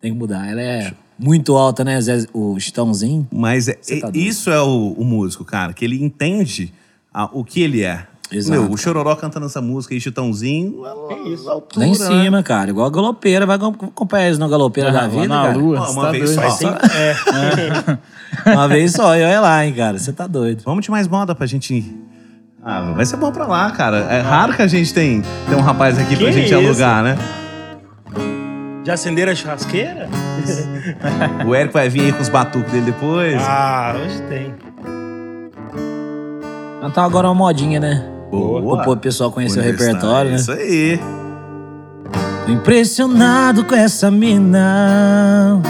Tem que mudar. Ela é muito alta, né? Zé- O Chitãozinho. Mas é- Você tá e- doido. isso é o, o músico, cara, que ele entende a- o que ele é. Exato. Meu, o Chororó cantando essa música e Chitãozinho, a- a altura, Lá em né? cima, cara. Igual a galopeira. Vai com- acompanhar eles na galopeira da Lá vida, Ah, na cara. lua, Ó, você uma tá vez doido. só. Mas sempre- é. Ah. Uma vez só, e olha lá, hein, cara. Você tá doido. Vamos de mais moda pra gente ir. Ah, vai ser bom pra lá, cara. É raro que a gente tem, tem um rapaz aqui pra Que gente isso? alugar, né? Já acenderam a churrasqueira? O Eric vai vir aí com os batucos dele depois. é. Ah, hoje tem. Cantar Então, agora uma modinha, né? boa. Pro pessoal conhecer o repertório, Universitário, né? Isso aí. Tô impressionado com essa mina.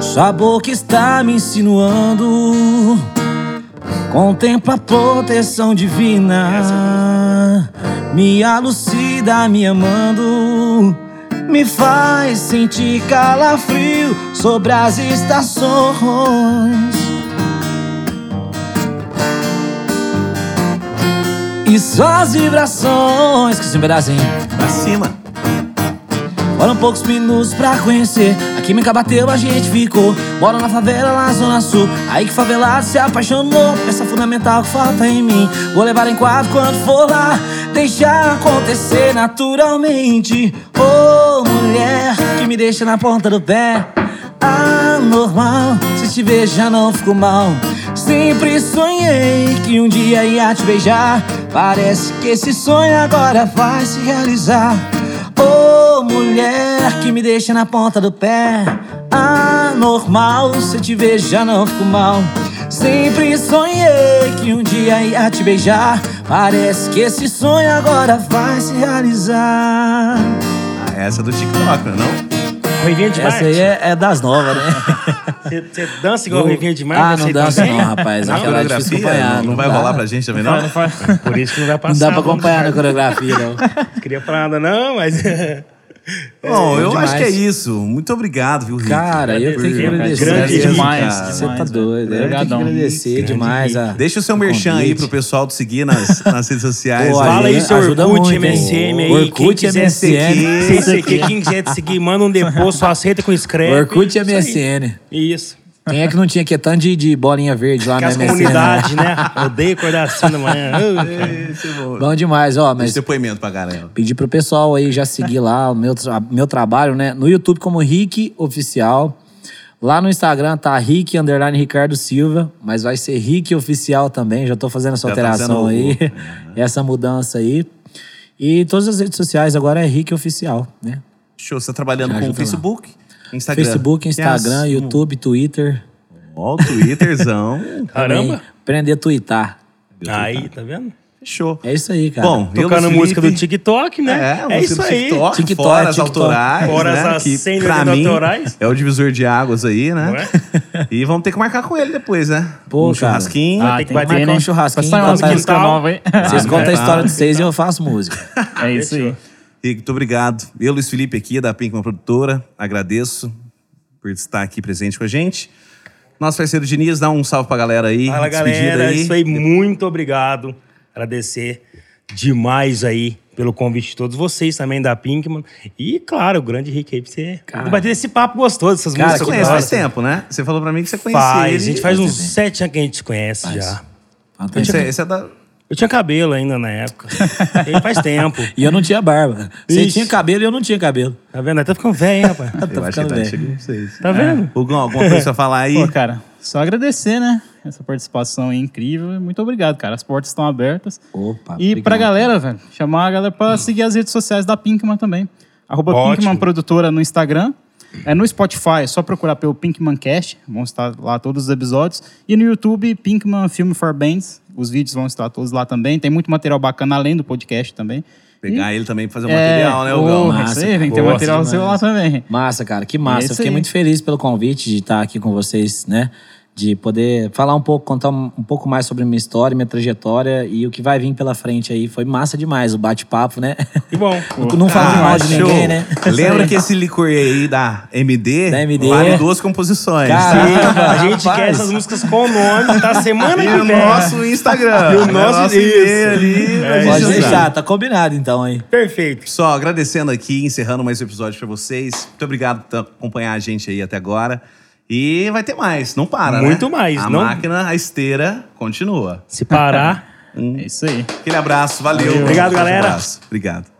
Sua boca está me insinuando. Contempla a proteção divina. Me alucida me amando. Me faz sentir calafrio sobre as estações. E suas vibrações que se embelezem Pra cima. Foram um poucos minutos pra conhecer. A química bateu, a gente ficou. Bora na favela, lá na Zona Sul. Aí que favelado se apaixonou. Essa fundamental que falta em mim. Vou levar em quadro quando for lá. Deixar acontecer naturalmente. Ô mulher que me deixa na ponta do pé. Anormal, se te ver já não fico mal. Sempre sonhei que um dia ia te beijar. Parece que esse sonho agora vai se realizar. Ô mulher que me deixa na ponta do pé Anormal, se eu te vejo já não fico mal Sempre sonhei que um dia ia te beijar Parece que esse sonho agora vai se realizar Ah, essa é do TikTok, não é não? Ruivinha de Marte. Essa aí é, é das novas, né? Você você dança igual Ruivinha de Marte? Ah, essa não aí dança né? também? não, rapaz A Aquela é difícil coreografia acompanhar não vai dá. rolar pra gente também, não? Não faz- é Por isso que não vai passar. Não dá pra vamos acompanhar na ficar- coreografia, não Não queria falar nada não, mas... Bom, eu demais. acho que é isso. Muito obrigado, viu, Rick? Cara, eu tenho que Grande agradecer. grande cara. demais, Você tá demais, doido. Eu tenho que Obrigadão. agradecer Grande demais. A... Deixa o seu merchan aí convite. pro pessoal te seguir nas, nas redes sociais. Pô, né? Fala aí seu ajuda Orkut, muito, hein? MSN aí. Orkut, quem quiser MSN. seguir, sem seguir, quem quiser te seguir, manda um depósito, só aceita com escreve. É, Orkut e Isso aí. MSN. Isso. Quem é que não tinha que tanto de, de bolinha verde lá Que na as MSN? comunidades, né? Odeio acordar assim da manhã. Esse é bom. Bom demais, ó. Mas Esse depoimento pra galera. Pedir pro pessoal aí já seguir lá o meu, tra- meu trabalho, né? No YouTube como Rick Oficial. Lá no Instagram tá Rick underline Ricardo Silva, mas vai ser Rick Oficial também. Já tô fazendo essa Já tá alteração fazendo o- né? aí, essa mudança aí. E todas as redes sociais agora é Rick Oficial, né? Show, você tá trabalhando com ajuda o lá. Facebook, Instagram. Facebook, Instagram, Tem as- YouTube, Twitter. Ó, o Twitterzão. Caramba. Também Aprender a twittar. Aí, tá vendo? Show. É isso aí, cara. Bom, eu, Tocando Luiz música do Felipe, TikTok, né? É, música isso do aí. TikTok, TikTok, fora as TikTok. autorais, Fora né? as que 100 pra mim autorais. é o divisor de águas aí, né? Não é? E vamos ter que marcar com ele depois, né? Pô, um cara. churrasquinho. Ah, tem que né? bater, tá marcar um churrasquinho, Passar umas papai. músicas novas, hein? Vocês Ah, contam a vai lá. história de vocês e eu faço música. É isso aí. Rico, muito obrigado. Eu, Luiz Felipe, aqui da Pinkman Produtora, agradeço por estar aqui presente com a gente. Nosso parceiro Diniz, dá um salve pra galera aí. Fala, despedida galera. aí. Isso aí, muito obrigado. Agradecer demais aí pelo convite de todos vocês também da Pinkman. E, claro, o grande Rick aí pra você Cara. bater esse papo gostoso, essas Cara, Você músicas. conhece novas. faz tempo, né? Você falou pra mim que você conhecia Faz, a ele. gente faz uns tempo. sete anos que a gente se conhece já. Esse, é- esse é da... Tá Eu tinha cabelo ainda na época. Ele faz tempo. E eu não tinha barba. Você Ixi. tinha cabelo e eu não tinha cabelo. Tá vendo? Tá ficando velho, hein, rapaz. Eu acho que ficando tá velho. chegando pra vocês. Tá vendo? Hugão, alguma coisa pra falar aí? Pô, cara, só agradecer, né? Essa participação aí incrível. Muito obrigado, cara. As portas estão abertas. Opa, E obrigado. Hum. pra galera, velho, chamar a galera pra seguir as redes sociais da Pinkman também. Arroba Ótimo. Pinkman Produtora no Instagram. É no Spotify, é só procurar pelo Pinkman Cast. Vão estar lá todos os episódios. E no YouTube, Pinkman Film for Bands. Os vídeos vão estar todos lá também. Tem muito material bacana além do podcast também. Pegar ele também pra fazer um É, material, né, porra, Hugão? Massa, isso aí, vem ter gosto material seu lá demais. também. Massa, cara, que massa. isso Eu fiquei aí. muito feliz pelo convite de estar aqui com vocês, né? De poder falar um pouco, contar um, um pouco mais sobre minha história, minha trajetória e o que vai vir pela frente aí. Foi massa demais o bate-papo, né? Que bom. não falando mal de Ah, show. ninguém, né? Lembra que esse licor aí da MD, Da MD. vale duas composições. Cara, a Rapaz. gente quer essas músicas com o nome, tá? Semana E que o vem. é nosso Instagram. É E o nosso- e-mail isso. ali. pra É, gente Pode usar. deixar, tá combinado então aí. Perfeito. Pessoal, agradecendo aqui, encerrando mais um episódio pra vocês. Muito obrigado por acompanhar a gente aí até agora. E vai ter mais, não para, né? Muito mais, A não- máquina, a esteira, continua. Se parar. É isso aí. Aquele abraço, valeu. Obrigado, Um galera. abraço. Obrigado.